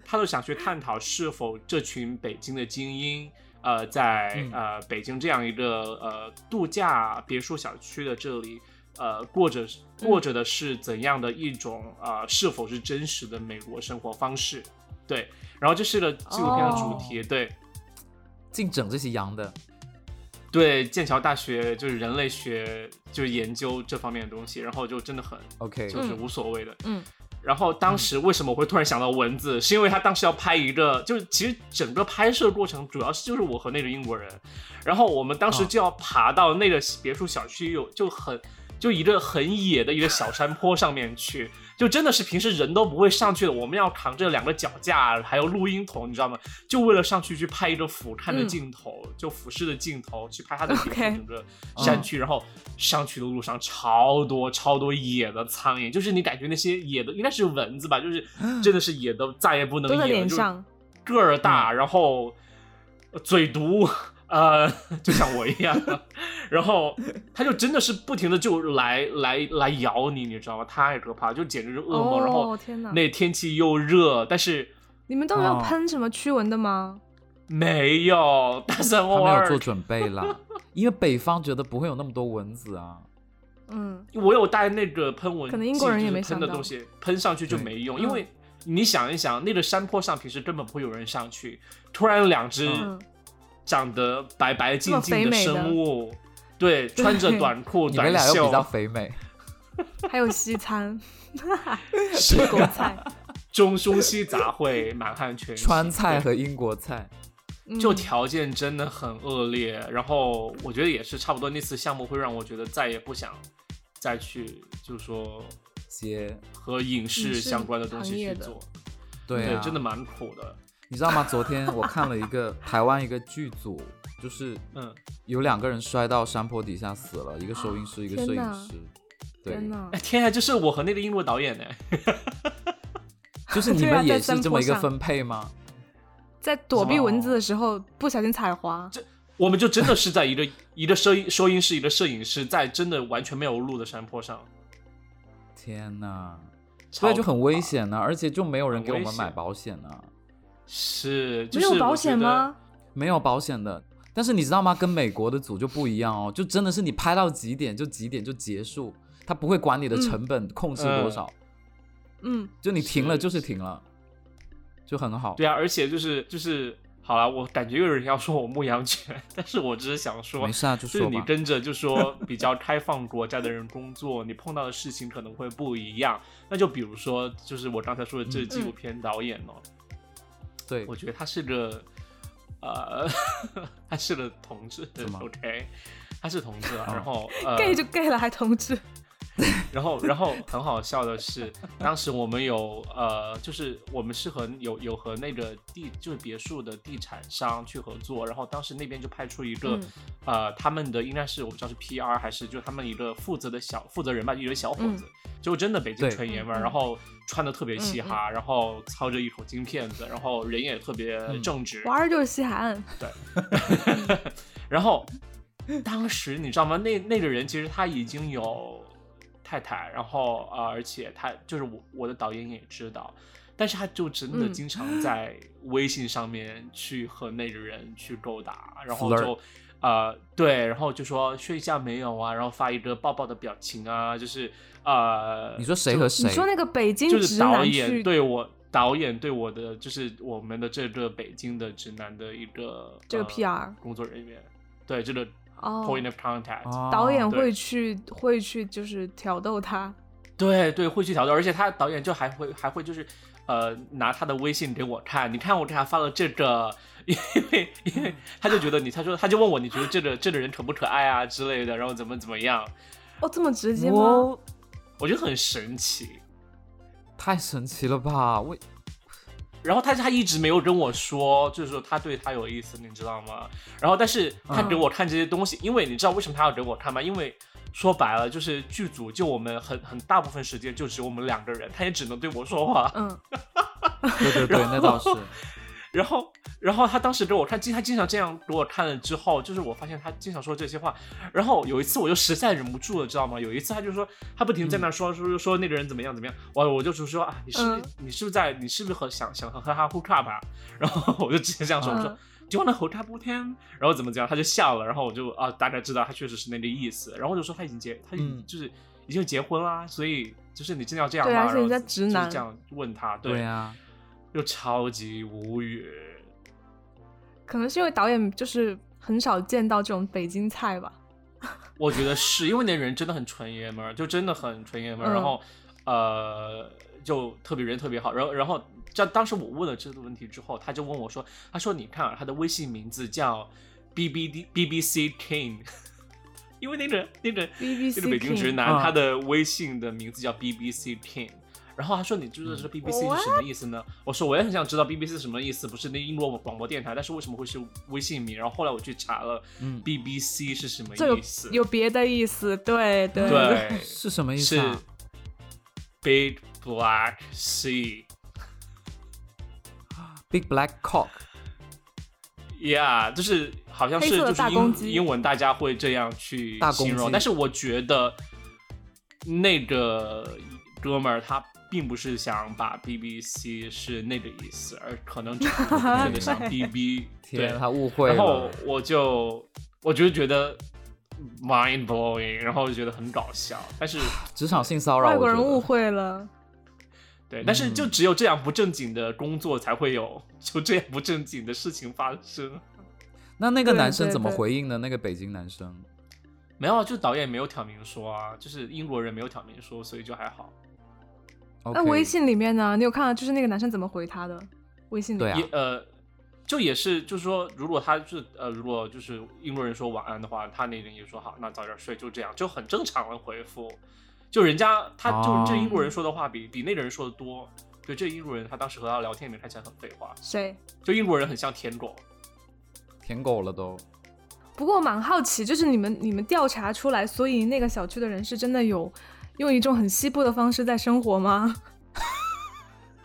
他就想去探讨是否这群北京的精英，呃，在、嗯呃北京这样一个呃度假别墅小区的这里，呃，过着过着的是怎样的一种啊、呃，是否是真实的美国生活方式？对，然后这是个纪录片的主题，对净整这些洋的，对，剑桥大学就是人类学就是研究这方面的东西，然后就真的很 OK，就是嗯无所谓的，嗯，然后当时为什么我会突然想到蚊子，是因为他当时要拍一个，就是其实整个拍摄过程主要是就是我和那个英国人，然后我们当时嗯啊就要爬到那个别墅小区有就很就一个很野的一个小山坡上面去，就真的是平时人都不会上去的，我们要扛着两个脚架还有录音筒，你知道吗？就为了上去去拍一个俯瞰的嗯镜头，就俯视的镜头去拍它的别墅 OK 整个嗯山区，然后上去的路上超多超多野的苍蝇，就是你感觉那些野的应该是蚊子吧，就是真的是野的再也不能啊都在野了，脸就是上。嗯个儿大，然后呃嘴毒， 呃，就像我一样， 然后他就真的是不停的就来来来咬你，你知道吗？太可怕，就简直是噩梦。然后哦，天哪！那天气又热，但是你们都没有哦喷什么驱蚊的吗？没有，但是他偶没有尔做准备啦，因为北方觉得不会有那么多蚊子啊。嗯，我有带那个喷蚊剂，可能英国人也没就是想喷到嗯的东西，喷上去就没用，因为你想一想，那个山坡上平时根本不会有人上去，突然两只嗯长得白白净这么净肥的美的生物，对，穿着短 裤你短们俩又比 袖，较啊肥美，还有西 餐、是狗菜，中东西杂烩，满汉全席，川菜对和英国菜，嗯就条件真的很恶劣。然后我觉得也是差不多那次项目会让我觉得再也不想再去，就是说些和影视影视相关的东西行业去的做，对啊，真的蛮苦的。你知道吗？昨天我看了一个台湾一个剧组，就是嗯，有两个人摔到山坡底下死了，一个收音师，一个摄影天哪师。对，天哪哎，天啊，就是我和那个英国导演呢，就是你 对啊们在也山是坡这么一个上分配吗？在躲避什么蚊子的时候不小心踩滑，我们就真的是在一个 一个收音收音师，一个摄影师，在真的完全没有路的山坡上，天哪，超对，啊就很危可怕。险呢、而且就没有人很给我危们买险保险呢、是，就没是有保我觉险得吗？？没有保险的。但是你知道吗？跟美国的组就不一样哦，就真的是你拍到几点就几点就结束，他不会管你的嗯成本控制多少，嗯，就你停了是就是是停了，就很好。对啊，而且就是就是，好了，我感觉又有人要说我牧羊犬，但是我只是想说没，事啊，就就是说你吧。跟着就说比较开放国家的人工作，你碰到的事情可能会不一样。那就比如说，就是我刚才说的这嗯纪录片导演哦，对我，觉得他是个，呃， 他是个同志怎么 ，OK，他是同志啊，哦然后呃， gay 就 gay 了，还同志，然后，然后很好笑的是，当时我们有呃，就是我们是和有有和那个地就是别墅的地产商去合作，然后当时那边就派出一个、嗯呃，他们的应该是我不知道是 PR 还是就他们一个负责的小负责人吧，一个小伙子，就真的北京对纯爷们嗯儿，嗯然后穿的特别嘻哈，然后操着一口金片子，然后人也特别嗯正直，玩儿就是西海岸， 然后当时你知道吗？那那个人其实他已经有太太，然后啊、呃而且他就是我我的导演也知道，但是他就真的嗯经常在微信上面去和那个人去勾搭，然后 Flirt 就。啊、对，然后就说睡觉没有啊，然后发一个抱抱的表情啊，就是呃，你说谁和你谁？说那个北京就是直导男去演对我导演对我的就是我们的这个北京的直男的一个这个呃 PR 工作人员，对这个哦 point of contact，、哦导演对会去会去就是挑逗他，对对会去调教，而且他导演就还会还会就是。呃，拿他的微信给我看，你看我给他发了这个，因为因 嗯为他就觉得你，他说他就问我，你觉得这个这个人可不可爱啊之类的，然后怎么怎么样，哦，这么直接吗？哇，我觉得很神奇。太神奇了吧！我然后他他一直没有跟我说，就是说他对他有意思，你知道吗？然后但是他给我看这些东西，因为你知道为什么他要给我看吗？因为说白了就是剧组就我们很很大部分时间就只有我们两个人，他也只能对我说话。嗯，对对对，那倒是。 然后，然后他当时给我看，经他经常这样给我看了之后，就是我发现他经常说这些话。然后有一次我就实在忍不住了，知道吗？有一次他就说，他不停在那说、说说那个人怎么样怎么样，我我就说说啊，你是不是、嗯你是不是在你是不是和想想和他 hook up 啊？ 然后我就直接这样说，我说嗯 Do you wanna hook up with him？然后怎么怎么样，他就笑了，然后我就啊大概知道他确实是那个意思，然后我就说他已经结，他已嗯就是已经结婚啦，所以就是你真的要这样吗？对啊而且然后人家就直就是男啊这样问他，对对呀、又超级无语。可能是因为导演就是很少见到这种北京菜吧，我觉得是因为那人真的很纯爷们儿，就真的很纯爷们儿。嗯然后，呃，就特别人特别好。然后，然后，这当时我问了这个问题之后，他就问我说：“他说你看啊，他的微信名字叫 B B D B B C King，因为那个那个 BBC 那个北京直 King 男，啊他的微信的名字叫 B B C King。”然后他说：“你知道嗯这个 BBC 是什么意思呢？”我说：“我也很想知道 BBC 是什么意思，不是那英国广播电台，但是为什么会是微信名？”然后后来我去查了嗯， BBC 是什么这有意思，有别的意思，对对对，是什么意是思啊？ Big Black Sea。 Big Black Cock， Yeah，就是好像黑是色的就是大公鸡英英文大家会这样去大公形容，鸡但是我觉得那个哥们儿他并不是想把 BBC 是那个意思，而可能只是觉得像 BB 对天，，他误会然后了。我就我就觉得 mind blowing，然后就觉得很搞笑，但是职场性骚扰，外国我人觉得误会了。对，但是就嗯只有这样不正经的工作才会有就这样不正经的事情发生。那那个对男生对怎么对回应的？那个北京男生，没有，啊，就导演没有挑明说啊，就是英国人没有挑明说，所以就还好。那 OK 微信里面呢？你有看到就是那个男生怎么回他的？微信里对啊也呃，就也是就是说，如果他是呃，如果就是英国人说晚安的话，他那人也说好，那早点睡，就这样，就很正常的回复。就人家他哦就是这英国人说的话比比那个人说的多。对，这英国人他当时和他聊天里面看起来很废话，谁？就英国人很像舔狗。舔狗了都。不过我蛮好奇，就是你们你们调查出来，所以那个小区的人是真的有用一种很西部的方式在生活吗？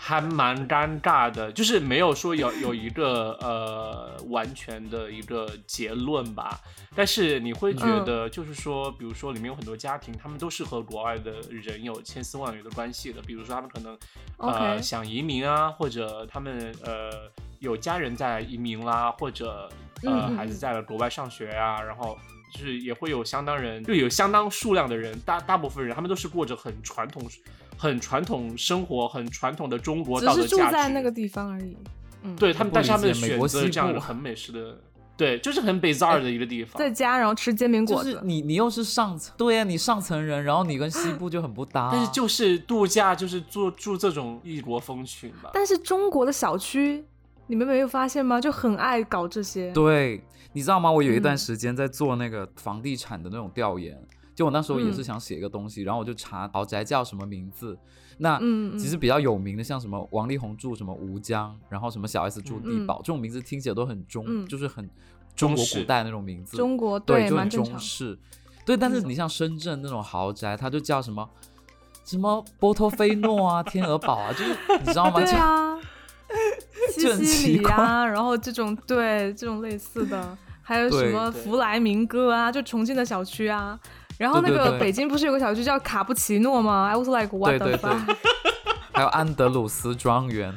还蛮尴尬的，就是没有说有有一个呃完全的一个结论吧。但是你会觉得，就是说，比如说里面有很多家庭，他们都是和国外的人有千丝万缕的关系的。比如说他们可能呃 OK 想移民啊，或者他们呃有家人在移民啦，或者呃嗯嗯孩子嗯在国外上学啊，然后。就是也会有相当人，就有相当数量的人，大大部分人他们都是过着很传统、很传统生活、很传统的中国只道德是住价值。在那个地方而已。嗯，，对他们，不但是他理们解美选国择西这样部的很美式的，对，就是很 bizarre 的一个地方。在家然后吃煎饼就果子是。你你又是上层，对啊呀、你上层人，然后你跟西部就很不搭啊、 但是就是度假，就是住住这种异国风情吧。但是中国的小区，你们没有发现吗？就很爱搞这些。对，你知道吗？我有一段嗯时间在做那个房地产的那种调研，就我那时候也是嗯想写一个东西，然后我就查豪宅叫什么名字。那嗯嗯其实比较有名的，像什么王力宏住什么吴江，然后什么小 S 住地嗯堡，这种名字听起来都很中，嗯就是很中中国式古代那种名字。中国对，就蛮很正常中。式。对，但是嗯你像深圳那种豪宅，它就叫什么什么波托菲诺啊、天鹅堡啊，就是你知道吗？ 对就 啊，就西很西奇里怪啊，然后这种对这种类似 的，还有什对么对福来民歌啊，就重庆的小区啊。然后那对对个对北京不是有个小区叫卡布奇诺吗？I was like what 对 the 对对 fuck？还有安德鲁斯庄园。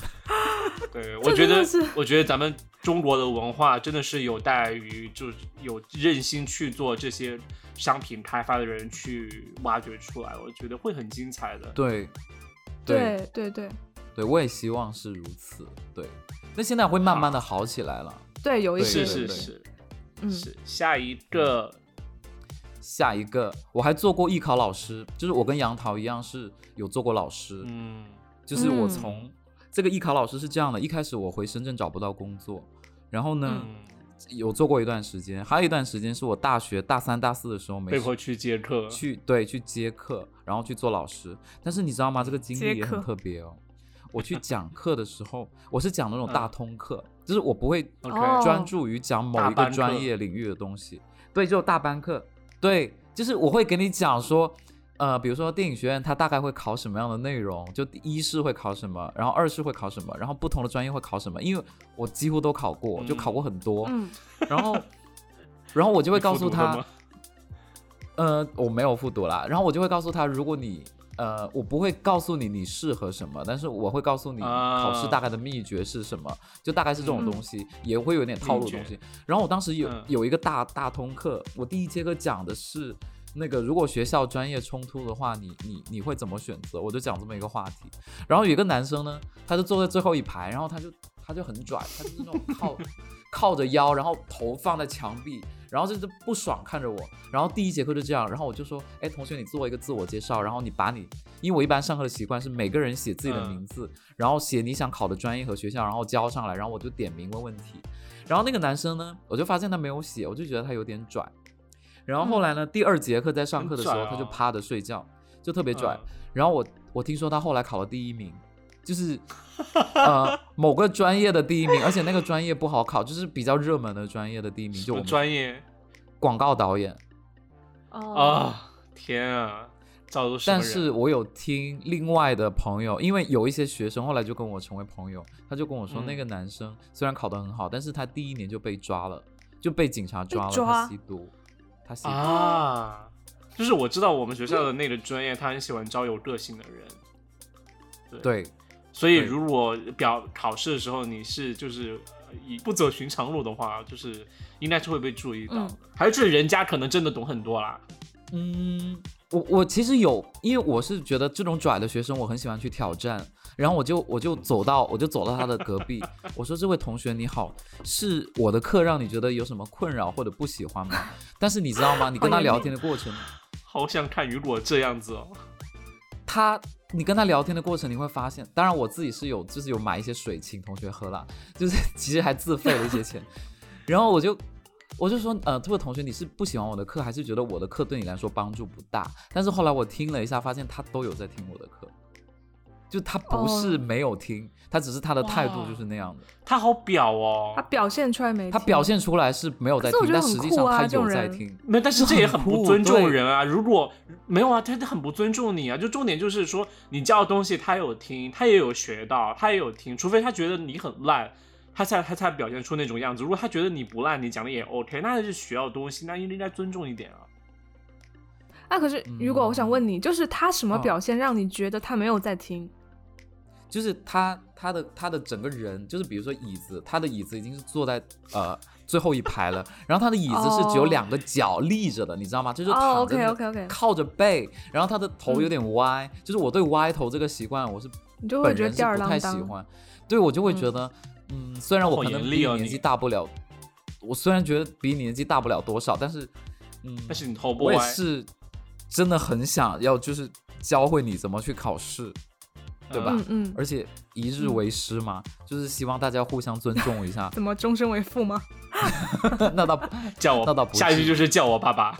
对，我这觉真的得是，我觉得咱们中国的文化真的是有待于，就是有任心去做这些商品开发的人去挖掘出来，我觉得会很精彩的。 对，对对对对对，我也希望是如此。对，那现在会慢慢的好起来了。对，有一对是些是对是嗯是，下一个下一个，我还做过艺考老师，就是我跟杨桃一样是有做过老师，嗯就是我嗯从这个艺考老师是这样的，一开始我回深圳找不到工作，然后呢。嗯，有做过一段时间，还有一段时间是我大学大三、大四的时候没被事迫去接客，去对去接课，然后去做老师。但是你知道吗？这个经接历也很客特别哦。我去讲课的时候，我是讲那种大通课，就是我不会 OK 哦专注于讲某大一班个课专业领域的东西。对，就大班课，对，就是我会给你讲说。呃，比如说电影学院，它大概会考什么样的内容？就一是会考什么，然后二是会考什么，然后不同的专业会考什么？因为我几乎都考过，就考过很多。嗯然后，然后我就会你告复诉读了他吗，呃，我没有复读啦。然后我就会告诉他，如果你呃，我不会告诉你你适合什么，但是我会告诉你啊考试大概的秘诀是什么，就大概是这种嗯东西，也会有点套路的东秘西。然后我当时有、嗯有一个大大通课，我第一节课讲的是。那个，如果学校专业冲突的话，你你你会怎么选择？我就讲这么一个话题。然后有一个男生呢，他就坐在最后一排，然后他就他就很拽，他就是那种靠靠着腰，然后头放在墙壁，然后就是不爽看着我。然后第一节课就这样，然后我就说，哎，同学，你做一个自我介绍，然后你把你，因为我一般上课的习惯是每个人写自己的嗯名字，然后写你想考的专业和学校，然后交上来，然后我就点名问问题。然后那个男生呢，我就发现他没有写，我就觉得他有点拽。然后后来呢，第二节课在上课的时候，嗯很拽啊他就趴着睡觉，就特别拽。嗯然后我我听说他后来考了第一名，就是 呃某个专业的第一名，而且那个专业不好考，就是比较热门的专业的第一名，就我我们专业广告导演。哦，啊，天啊，造都什么但人？是我有听另外的朋友，因为有一些学生后来就跟我成为朋友，他就跟我说，嗯那个男生虽然考得很好，但是他第一年就被抓了，就被警察抓了，抓他吸毒，他吸毒，哦啊，就是我知道我们学校的那个专业，他很喜欢招有个性的人，对所以对如果表考试的时候你是就是呃以不走寻常路的话，就是应该是会被注意到的。还有就是人家可能真的懂很多啦，嗯，我我其实有，因为我是觉得这种拽的学生，我很喜欢去挑战。然后我就我就走到我就走到他的隔 壁，我说：“这位同学你好，是我的课让你觉得有什么困扰或者不喜欢吗？”但是你知道吗？哎你跟他聊天的过程，好想看雨果这样子哦。他你跟他聊天的过程，你会发现，当然我自己是有就是有买一些水请同学喝啦，就是其实还自费了一些钱。然后我就 我就说，呃，这位同学，你是不喜欢我的课，还是觉得我的课对你来说帮助不大？但是后来我听了一下，发现他都有在听我的课，就他不是没有听，他只是他的态度哇就是那样的，他好表哦他，表现出来哦没听？他表现出来是没有在可是我听，觉得但很实际酷上啊他这种有在人听。没有，但是这也很很不酷尊重对人啊。如果没有啊，他他很不尊重你啊。就重点就是说，你教的东西他有听，他也有学到，他也有听，除非他觉得你很烂。他才他才表现出那种样子。如果他觉得你不烂，你讲的也 OK，那就是学到东西，那应该尊重一点啊。那啊可是，如果我想问你，就是他什么嗯表现让你觉得他没有在听？就是他他的他的整个人，就是比如说椅子，他的椅子已经是坐在呃最后一排了，然后他的椅子是只有哦两个脚立着的，你知道吗？就是哦躺着，OK 的 OK OK，靠着背，然后他的头有点歪，就是我对歪头这个习惯我是你就会本觉人得是吊儿不太郎喜当。欢，对我就会觉得，嗯，虽然我好可能严比厉你哦年你纪大不了，我虽然觉得比你年纪大不了多少，但是，嗯，但是你头不我歪也，是真的很想要就是教会你怎么去考试，对吧嗯嗯，而且一日嗯为师嘛，就是希望大家互相尊重一 。下怎么终身为父吗？那倒不嗯叫那倒我不下一句至于就是叫我爸爸。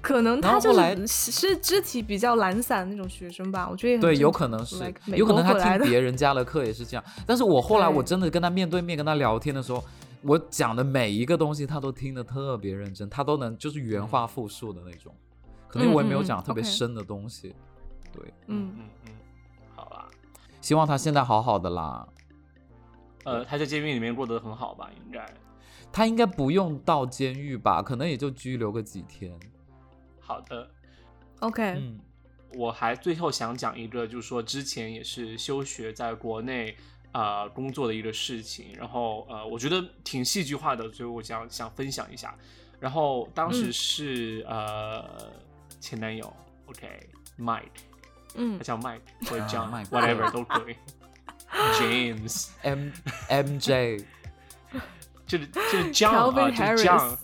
可能然他后就后来是是是肢体比较懒散那种学生吧，我觉得也很对，正有常可能是 like，美有可国能他过来的听别人家的课也是这样。但是我后来对我真的跟他面对面跟他聊天的时候，我讲的每一个东西他都听得特别认真，他都能就是原话复述的那种。可能我也没有嗯嗯讲嗯特别，OK 深的东西。对，嗯，嗯嗯，好啦，希望他现在好好的啦。呃，他在监狱里面过得很好吧？应该他应该不用到监狱吧？可能也就拘留个几天。好的。 OK，嗯，我还最后想讲一个，就是说之前也是休学在国内啊、呃工作的一个事情，然后呃，我觉得挺戏剧化的，所以我想想分享一下。然后当时嗯是、呃前男友，OK，Mike，、嗯他叫 Mike 或者啊 Mike， John，whatever、都可 以，James。 ，M M J，这是这是 John 啊， Calvin 这是 John， Harris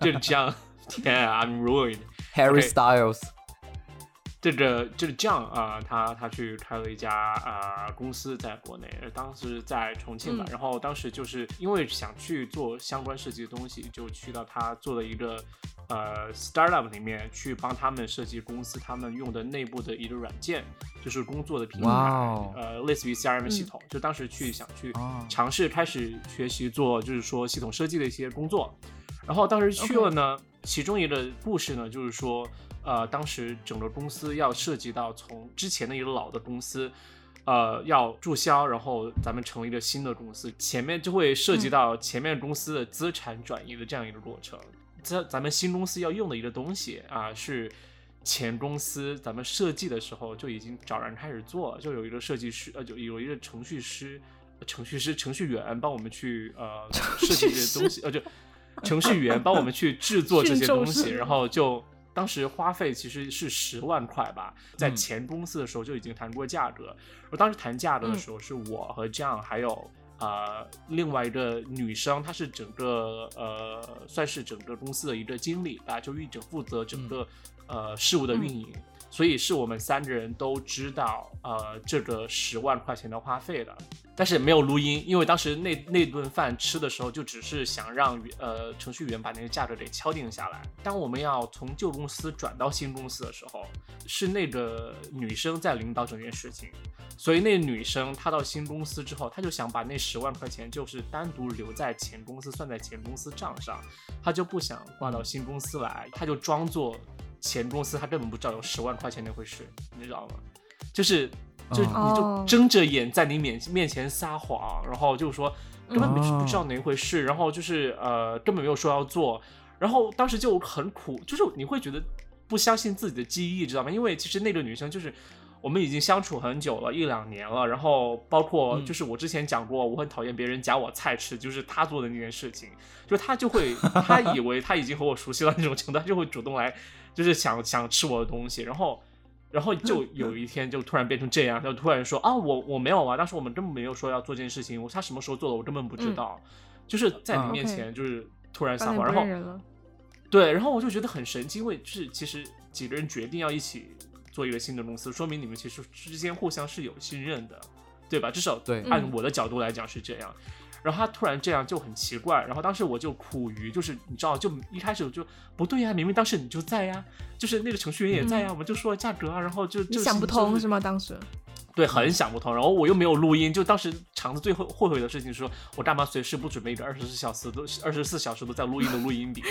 这是 John，天啊，I'm ruined。 Harry OK Styles，这个这个 John 啊、他他去开了一家啊、公司在国内，呃当时在重庆吧，嗯然后当时就是因为想去做相关设计的东西，就去到他做的一个呃 startup 里面去帮他们设计公司他们用的内部的一个软件，就是工作的平台，哇哦呃，类似于 CRM 嗯系统，就当时去想去哦尝试开始学习做，就是说系统设计的一些工作。然后当时去了呢其中一个故事呢，就是说，呃，当时整个公司要涉及到从之前的一个老的公司，呃，要注销，然后咱们成立一个新的公司，前面就会涉及嗯到前面公司的资产转移的这样一个过程。这咱们新公司要用的一个东西啊，是前公司咱们设计的时候就已经找人开始做，就有一个设计师，呃，就有一个程序师、呃程序师、程序员帮我们去呃设计这些东西，呃，就程序员帮我们去制作这些驯兽东西，师然后就。当时花费其实是十万块吧，在嗯前公司的时候就已经谈过价格，我当时谈价格的嗯时候，是我和 John 还有呃另外一个女生，她是整个呃算是整个公司的一个经理吧，就一整负责整个、呃事务的运营，所以是我们三个人都知道呃这个十万块钱的花费的。但是没有录音，因为当时那那顿饭吃的时候，就只是想让呃程序员把那个价格给敲定下来。当我们要从旧公司转到新公司的时候，是那个女生在领导整件事情，所以那女生她到新公司之后，她就想把那十万块钱就是单独留在前公司，算在前公司账上，她就不想挂到新公司来，她就装作前公司她根本不知道有十万块钱那回事，你知道吗？就是。就你就哦睁着眼在你面面前撒谎，然后就说根本不知不知道哪回事，然后就是呃根本没有说要做，然后当时就很苦，就是你会觉得不相信自己的记忆，知道吗？因为其实那个女生就是我们已经相处很久了，一两年了，然后包括嗯就是我之前讲过，我很讨厌别人夹我菜吃，就是她做的那件事情，就她就 会她以为她已经和我熟悉到那种程度，她就会主动来就是想想吃我的东西，然后。然后就嗯有一天就突然变成这样，就突然说啊，我我没有啊，当时我们根本没有说要做这件事情，我他什么时候做的我根本不知嗯道，就是在你嗯面 OK 前就是突然撒当然谎，不然后认人了。对，然后我就觉得很神奇，因为是其实几个人决定要一起做一个新的公司，说明你们其实之间互相是有信任的。对吧？至少嗯对按我的角度来讲是这样。然后他突然这样就很奇怪，然后当时我就苦于就是你知道，就一开始我就不对呀、明明当时你就在呀、就是那个程序员也在呀、我们就说了价格啊，然后就嗯你就想不通是吗？吗？当时对，很想不通。然后我又没有录音，就当时肠子最后后悔的事情是说，我干嘛随时不准备一个二十四小时都二十四小时都在录音的录音笔？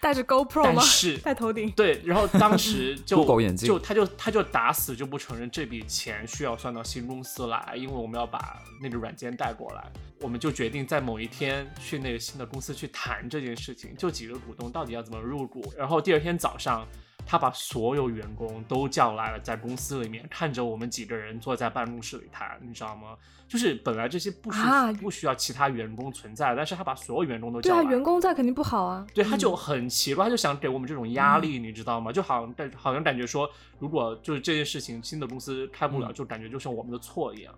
戴着 GoPro 但吗？是戴头顶，对，然后当时 就狗眼镜就他就他就打死就不承认这笔钱需要算到新公司来，因为我们要把那个软件带过来。我们就决定在某一天去那个新的公司去谈这件事情，就几个股东到底要怎么入股。然后第二天早上，他把所有员工都叫来了，在公司里面看着我们几个人坐在办公室里谈，你知道吗？就是本来这些不需、啊不需要其他员工存在，但是他把所有员工都对叫来啊，了员工在肯定不好啊。对，他就嗯很奇怪，他就想给我们这种压力，你知道吗？就好像感好像感觉说，如果就是这件事情新的公司开不了，嗯就感觉就是我们的错一样。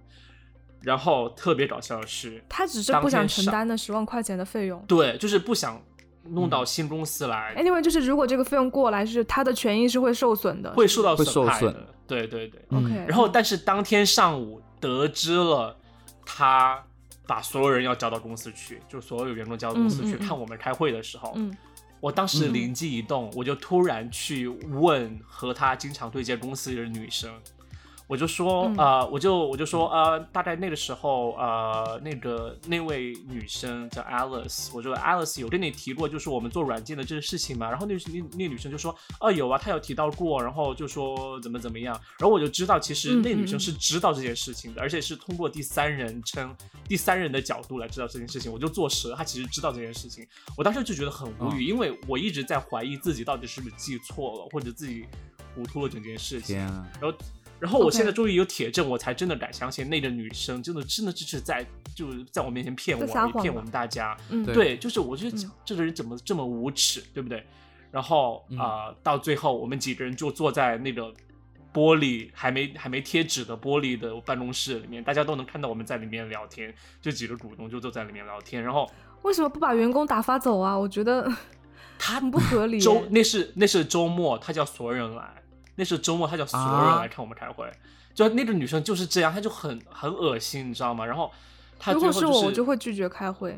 然后特别搞笑的是，他只是当不想天承上担那十万块钱的费用。对，就是不想弄嗯到新公司来， Anyway，就是如果这个费用过来，是他的权益是会受损的。会受到会损害受损的。对对对。嗯 OK，然后，但是当天上午得知了他把所有人要叫到公司去，就所有员工叫到公司嗯嗯去嗯看我们开会的时候，嗯，我当时嗯灵机一动，我就突然去问和他经常对接公司的女生，我就说，嗯呃，我就我就说，呃，大概那个时候，呃，那个那位女生叫 Alice，我就 Alice 有跟你提过，就是我们做软件的这个事情嘛。然后那那那女生就说，啊，有啊，她有提到过，然后就说怎么怎么样。然后我就知道，其实嗯那女生嗯是知道这件事情的，而且是通过第三人称、第三人的角度来知道这件事情。我就坐实了，她其实知道这件事情。我当时就觉得很嗯无语，因为我一直在怀疑自己到底是不是记错了，或者自己糊涂了整件事情。天啊，然后，然后我 OK 现在终于有铁证，我才真的敢相信那个女生真的真的就是在就是在我面前骗我，在撒也谎骗吧我们大家。嗯，对对，就是我就讲嗯这个人怎么这么无耻，对不对？然后嗯啊、呃到最后我们几个人就坐在那个玻璃还没还没贴纸的玻璃的办公室里面，大家都能看到我们在里面聊天，就几个股东就坐在里面聊天，然后。为什么不把员工打发走啊？我觉得 他很不合理耶。周那是那是周末，他叫所有人来，那是周末他叫所有人啊来看我们开会。就那个女生就是这样，她就很很恶心，你知道吗？然后她如最果后是就我，我就会拒绝开会。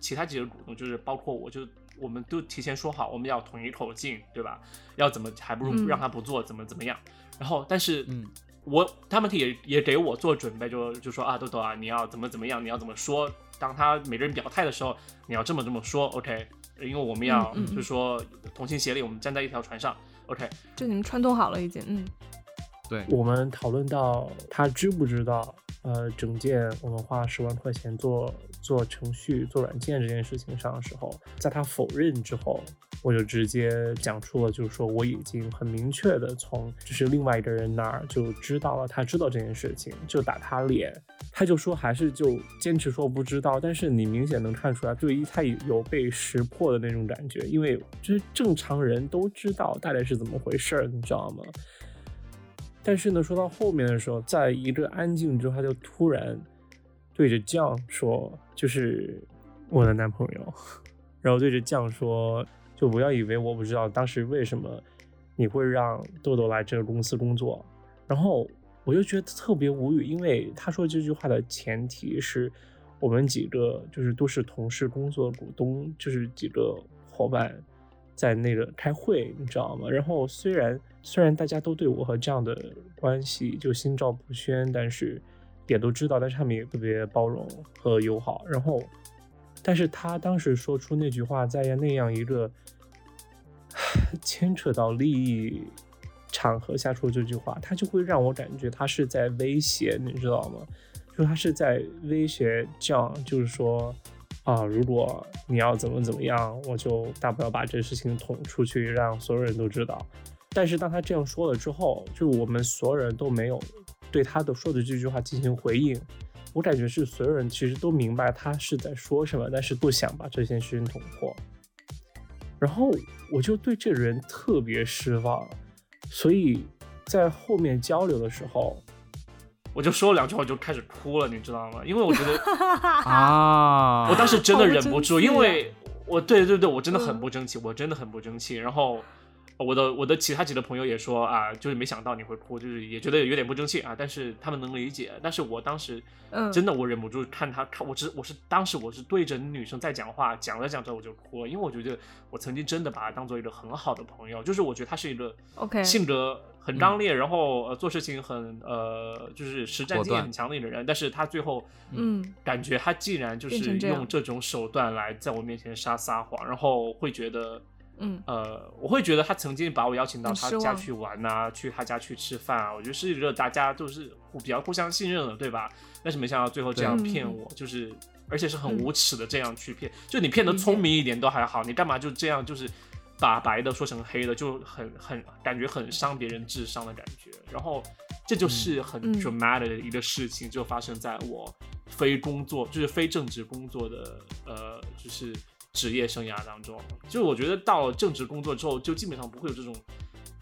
其他几个股东，就是包括我就我们都提前说好，我们要统一口径，对吧？要怎么还不如嗯让她不做，怎么怎么样？然后但是嗯我他们也也给我做准备，就就说啊，豆豆啊，你要怎么怎么样，你要怎么说。当他每个人表态的时候，你要这么这么说，OK，因为我们要嗯嗯就嗯是说同心协力，我们站在一条船上，OK。就你们串通好了已经，嗯，对，我们讨论呃到他知不知道，呃，整件我们花十万块钱做做程序、做软件这件事情上的时候，在他否认之后，我就直接讲出了，就是说我已经很明确的从就是另外一个人那儿就知道了，他知道这件事情，就打他脸。他就说还是就坚持说不知道，但是你明显能看出来，对于他有被识破的那种感觉，因为就是正常人都知道大概是怎么回事儿，你知道吗？但是呢，说到后面的时候，在一个安静之后，他就突然对着酱说：“就是我的男朋友。”然后对着酱说：“就不要以为我不知道当时为什么你会让豆豆来这个公司工作。”然后我就觉得特别无语，因为他说这句话的前提是我们几个就是都是同事、工作股东，就是几个伙伴在那个开会，你知道吗？然后虽然虽然大家都对我和这样的关系就心照不宣，但是也都知道，但是他们也特别包容和友好。然后，但是他当时说出那句话，在那样一个 牵扯到利益场合下说这句话，他就会让我感觉他是在威胁，你知道吗？就他是在威胁这样，就是说。啊，如果你要怎么怎么样，我就大不了把这事情捅出去，让所有人都知道。但是当他这样说了之后，就我们所有人都没有对他的说的这句话进行回应。我感觉是所有人其实都明白他是在说什么，但是不想把这件事情捅破。然后我就对这个人特别失望，所以在后面交流的时候，我就说了两句话，我就开始哭了，你知道吗？因为我觉得啊，我当时真的忍好不不住，争气啊因为我对对对，我真的很嗯不争气，我真的很不争气。然后我的我的其他几个朋友也说啊，就是没想到你会哭，就是也觉得有点不争气啊，但是他们能理解。但是我当时嗯真的我忍不住看他看，我只我是当时我是对着女生在讲话，讲着讲着我就哭了，因为我觉得我曾经真的把她当做一个很好的朋友，就是我觉得她是一个 OK 嗯性格很刚烈，然后呃做事情很呃就是实战果经验断很强的一个人，但是她最后嗯感觉她竟然就变是成这样用这种手段来在我面前撒撒谎，然后会觉得。嗯呃，我会觉得他曾经把我邀请到很他失家望去玩呐、去他家去吃饭啊，我觉得是一个大家都是互比较互相信任的，对吧？但是没想到最后这对样嗯骗嗯我，就是而且是很嗯无耻的这样去骗，就你骗的理解聪明一点都还好，你干嘛就这样就是把白的说成黑的，就很很感觉很伤别人智商的感觉。然后这就是很嗯 dramatic 的一个事情，就发生在我非工作，就是非正职工作的呃，就是职业生涯当中。就是我觉得到了正职工作之后，就基本上不会有这种，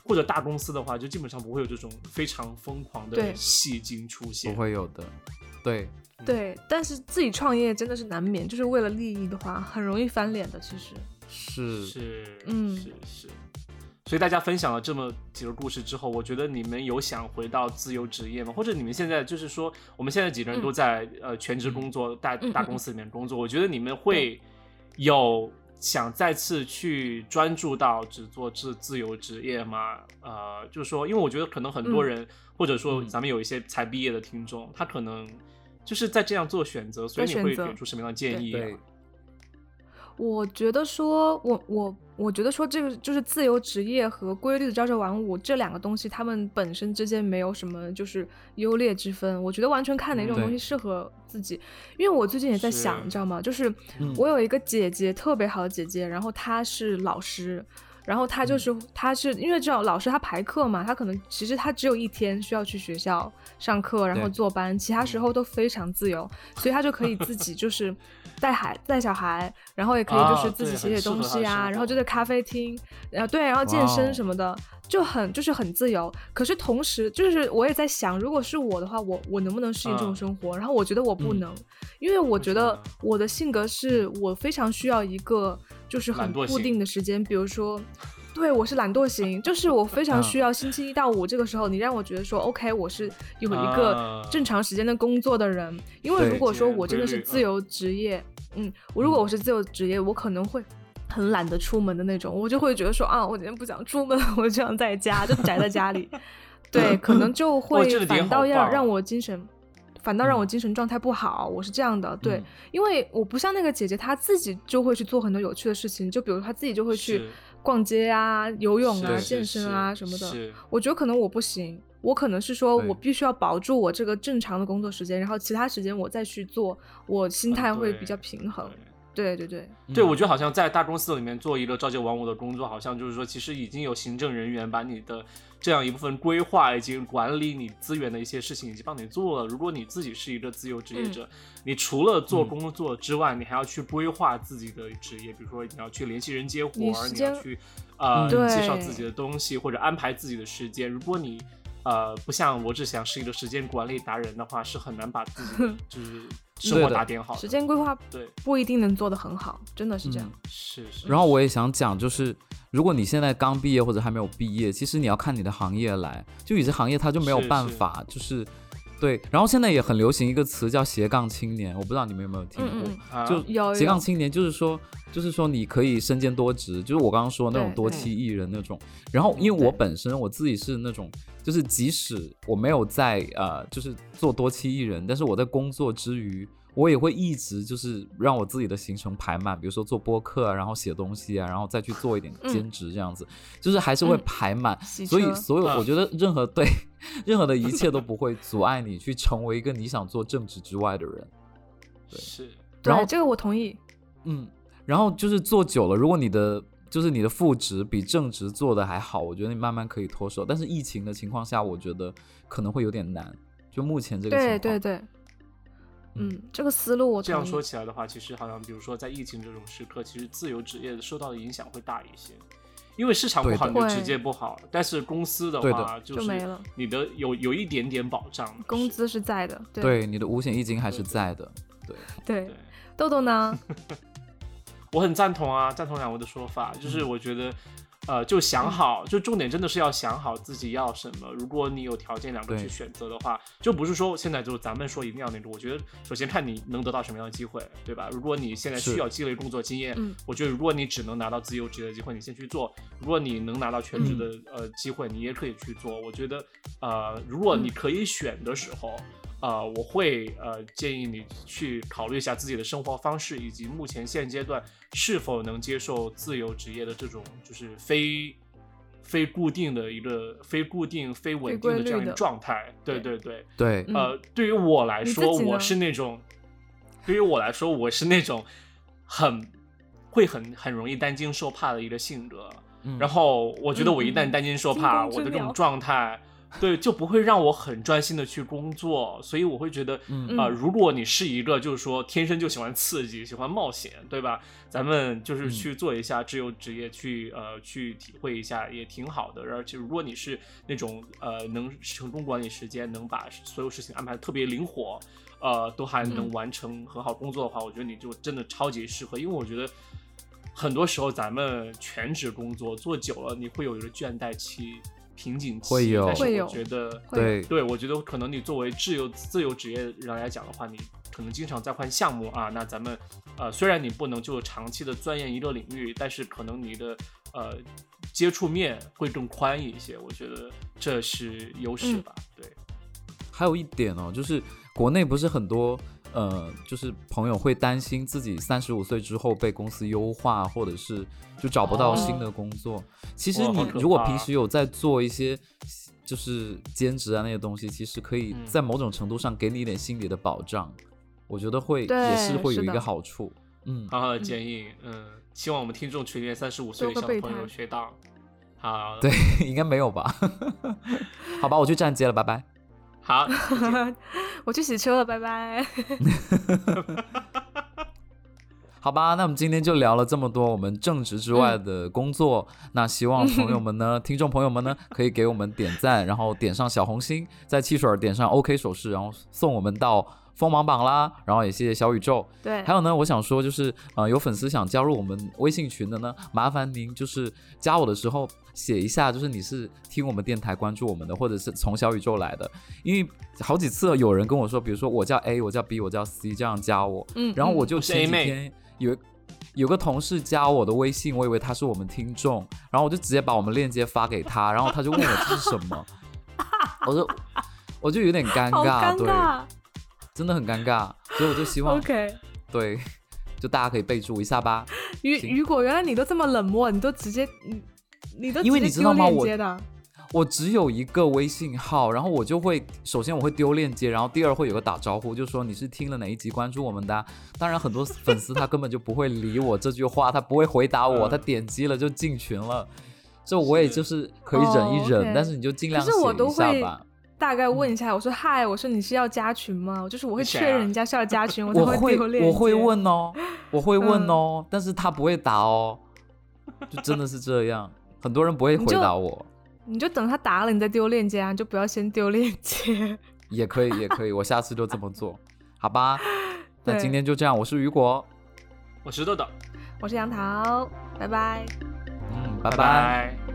或者大公司的话，就基本上不会有这种非常疯狂的对戏精出现。不会有的。对，嗯对，但是自己创业真的是难免，就是为了利益的话，很容易翻脸的。其实，是是，嗯是是。所以大家分享了这么几个故事之后，我觉得你们有想回到自由职业吗？或者你们现在就是说，我们现在几个人嗯都在、呃全职工作，大嗯大嗯公嗯司里面工作，我觉得你们会有想再次去专注到只做自自由职业吗？呃，就是说，因为我觉得可能很多嗯人，或者说嗯咱们有一些才毕业的听众，他可能就是在这样做选择，所以你在选会择给出什么样的建议、啊？对，我觉得说，我我我觉得说，这个就是自由职业和规律的朝九晚五这两个东西，他们本身之间没有什么就是优劣之分。我觉得完全看哪嗯种对东西适合自己。因为我最近也在想，是你知道吗？就是嗯我有一个姐姐，特别好的姐姐，然后她是老师。然后她嗯就是，她是因为这种老师她排课嘛，她可能其实她只有一天需要去学校上课，然后对嗯坐班，其他时候都非常自由，所以她就可以自己就是带孩带小孩，然后也可以就啊是自己对写很写适合东他的西啊，生然后活就在咖啡厅，然后对，然后健哇哦身什么的，就很就是很自由。可是同时，就是我也在想，如果是我的话，我我能不能适应这嗯种生活？然后我觉得我不嗯能，因为我为觉什得么我的性格是我非常需要一个就是懒很惰固型定的时间，比如说。对，我是懒惰型，就是我非常嗯需要星期一到五这个时候，你让我觉得说，OK，我是有一个啊正常时间的工作的人，因为对如果说节我真的规是律嗯自由职业，嗯，我如果我是自由职业，我可能会很懒得出门的那种，我就会觉得说啊，我今天不想出门，我就想在家，就宅在家里。对，可 能就会这个点反好倒棒要啊让我精神，反倒让我嗯精神状态不好，我是这样的。对嗯，因为我不像那个姐姐，她自己就会去做很多有趣的事情，就比如她自己就会去是逛街啊、游泳啊、是健是身啊是什么的。是我觉得可能我不行，我可能是说对我必须要保住我这个正常的工作时间，然后其他时间我再去做，我心啊态会比较平衡。对对对，嗯对，我觉得好像在大公司里面做一个朝九晚五的工作，好像就是说，其实已经有行政人员把你的这样一部分规划，以及管理你资源的一些事情已经帮你做了。如果你自己是一个自由职嗯业者，你除了做嗯工作之外，你还要去规划自己的职业，比如说你要去联系人接活你儿，时你要间去呃嗯介绍对自己的东西或者安排自己的时间。如果你呃，不像罗志祥是一个时间管理达人的话，是很难把自己 的就是生对活的打点好的。时间规划对，不一定能做得很好，真的是这样。是是。然后我也想讲，就是如果你现在刚毕业或者还没有毕业，其实你要看你的行业来，就有些行业它就没有是办是法，就是对。然后现在也很流行一个词叫斜杠青年，我不知道你们有没有听过。嗯嗯啊就有斜杠有青年，就是说，就是说你可以身兼多职，就是我刚刚说那种对多对栖艺人那种。然后，因为我对本身我自己是那种，就是即使我没有在呃，就是做多栖艺人，但是我在工作之余，我也会一直就是让我自己的行程排满，比如说做播客啊，然后写东西啊，然后再去做一点嗯兼职这样子，就是还是会嗯排满。洗所以，车所有啊我觉得任何对 任何的一切都不会阻碍你去成为一个你想做正职之外的人。对是对然后这个我同意。嗯，然后就是做久了，如果你的就是你的副职比正职做的还好，我觉得你慢慢可以脱手。但是疫情的情况下，我觉得可能会有点难。就目前这个情对况，对对，嗯嗯，这个思路我这同样意说起来的话，其实好像比如说在疫情这种时刻，其实自由职业受到的影响会大一些，因为市场不好对你的就直接不好，但是公司的对话的就就是没了你的有有一点点保障的，工是资是在的。对嗯对你的五险一金还是在的。对，对对。豆豆呢？嗯我很赞同啊，赞同两位的说法，就是我觉得，呃，就想好，就重点真的是要想好自己要什么。如果你有条件两个去对选择的话，就不是说现在就咱们说一定要那种。我觉得首先看你能得到什么样的机会，对吧？如果你现在是需要积累工作经验，嗯我觉得如果你只能拿到自由职业的机会，你先去做；如果你能拿到全职嗯的、呃机会，你也可以去做。我觉得呃，如果你可以选的时候。嗯呃，我会呃建议你去考虑一下自己的生活方式，以及目前现阶段是否能接受自由职业的这种就是非非固定的一个非固定非稳定非规的律这样一个的状态。对对对，对，嗯呃，对于我来你说，自己呢我是那种，对于我来说，我是那种很会很很容易担惊受怕的一个性格。嗯然后我觉得我一旦嗯担惊受惊怕，弓之我的这种鸟状态，对，就不会让我很专心的去工作，所以我会觉得，嗯啊、嗯如果你是一个就是说天生就喜欢刺激、喜欢冒险，对吧？咱们就是嗯去做一下自由职业，去呃去体会一下也挺好的。而且如果你是那种呃能成功管理时间，能把所有事情安排得特别灵活，呃，都还能嗯完成很好工作的话，我觉得你就真的超级适合。因为我觉得很多时候咱们全职工作做久了，你会有一个倦怠期、瓶颈期，会有但是会我有觉得会对对，我觉得可能你作为自由自由职业人来讲的话，你可能经常在换项目啊。那咱们呃，虽然你不能就长期的钻研一个领域，但是可能你的呃接触面会更宽一些。我觉得这是优势嗯吧。还有一点哦，就是国内不是很多呃，就是朋友会担心自己三十五岁之后被公司优化，或者是就找不到新的工作。其实哦哇你好可如果怕啊平时有在做一些就是兼职啊那些东西，其实可以嗯在某种程度上给你一点心理的保障，我觉得会对也是会有是一的个好处。 嗯对，，好好的建议，嗯，希望我们听众群里三十五岁以多上个的备朋友胎学到。好，对，应该没有吧？ 好吧，我去站街了，拜拜。好，再见 我去洗车了，拜拜。好吧，那我们今天就聊了这么多我们正职之外的工作。那希望朋友们呢，听众朋友们呢，可以给我们点赞，然后点上小红心，在汽水儿点上 OK 手势，然后送我们到锋芒榜啦。然后也谢谢小宇宙。对，还有呢，我想说就是，呃，有粉丝想加入我们微信群的呢，麻烦您就是加我的时候写一下，就是你是听我们电台关注我们的，或者是从小宇宙来的，因为好几次有人跟我说，比如说我叫 A，我叫 B，我叫 C，这样加我，嗯，然后我嗯就我是前几 A 妹天有有个同事加我的微信，我以为他是我们听众，然后我就直接把我们链接发给他，然后他就问我这是什 么，我就我就有点尴好尬，尴对，尬。真的很尴尬，所以我就希望 OK，对， 就大家可以备注一下吧。雨行雨果，原来你都这么冷漠，你都直接你你都因为直接你知道吗丢链我接的，我只有一个微信号，然后我就会首先我会丢链接，然后第二会有个打招呼，就说你是听了哪一集关注我们的啊、当然，很多粉丝他根本就不会理我这句话，他不会回答我，嗯他点击了就进群了。这我也就是可以忍一哦忍， ，OK 但是你就尽可量写是我都一下会吧。大概嗯问一下，我说嗨，我说你是要加群吗？我就是我会你谁确啊认人家是要加群， 我才我会丢链接。嗯我会，问哦，我会问哦，但是他不会答哦，就真的是这样，很多人不会回你就答我。你就等他答了，你再丢链接啊，你就不要先丢链接。 也可以，也可以，我下次就这么做，好吧？那对今天就这样，我是雨果，我是豆豆，我是杨桃，拜拜。嗯，拜拜拜拜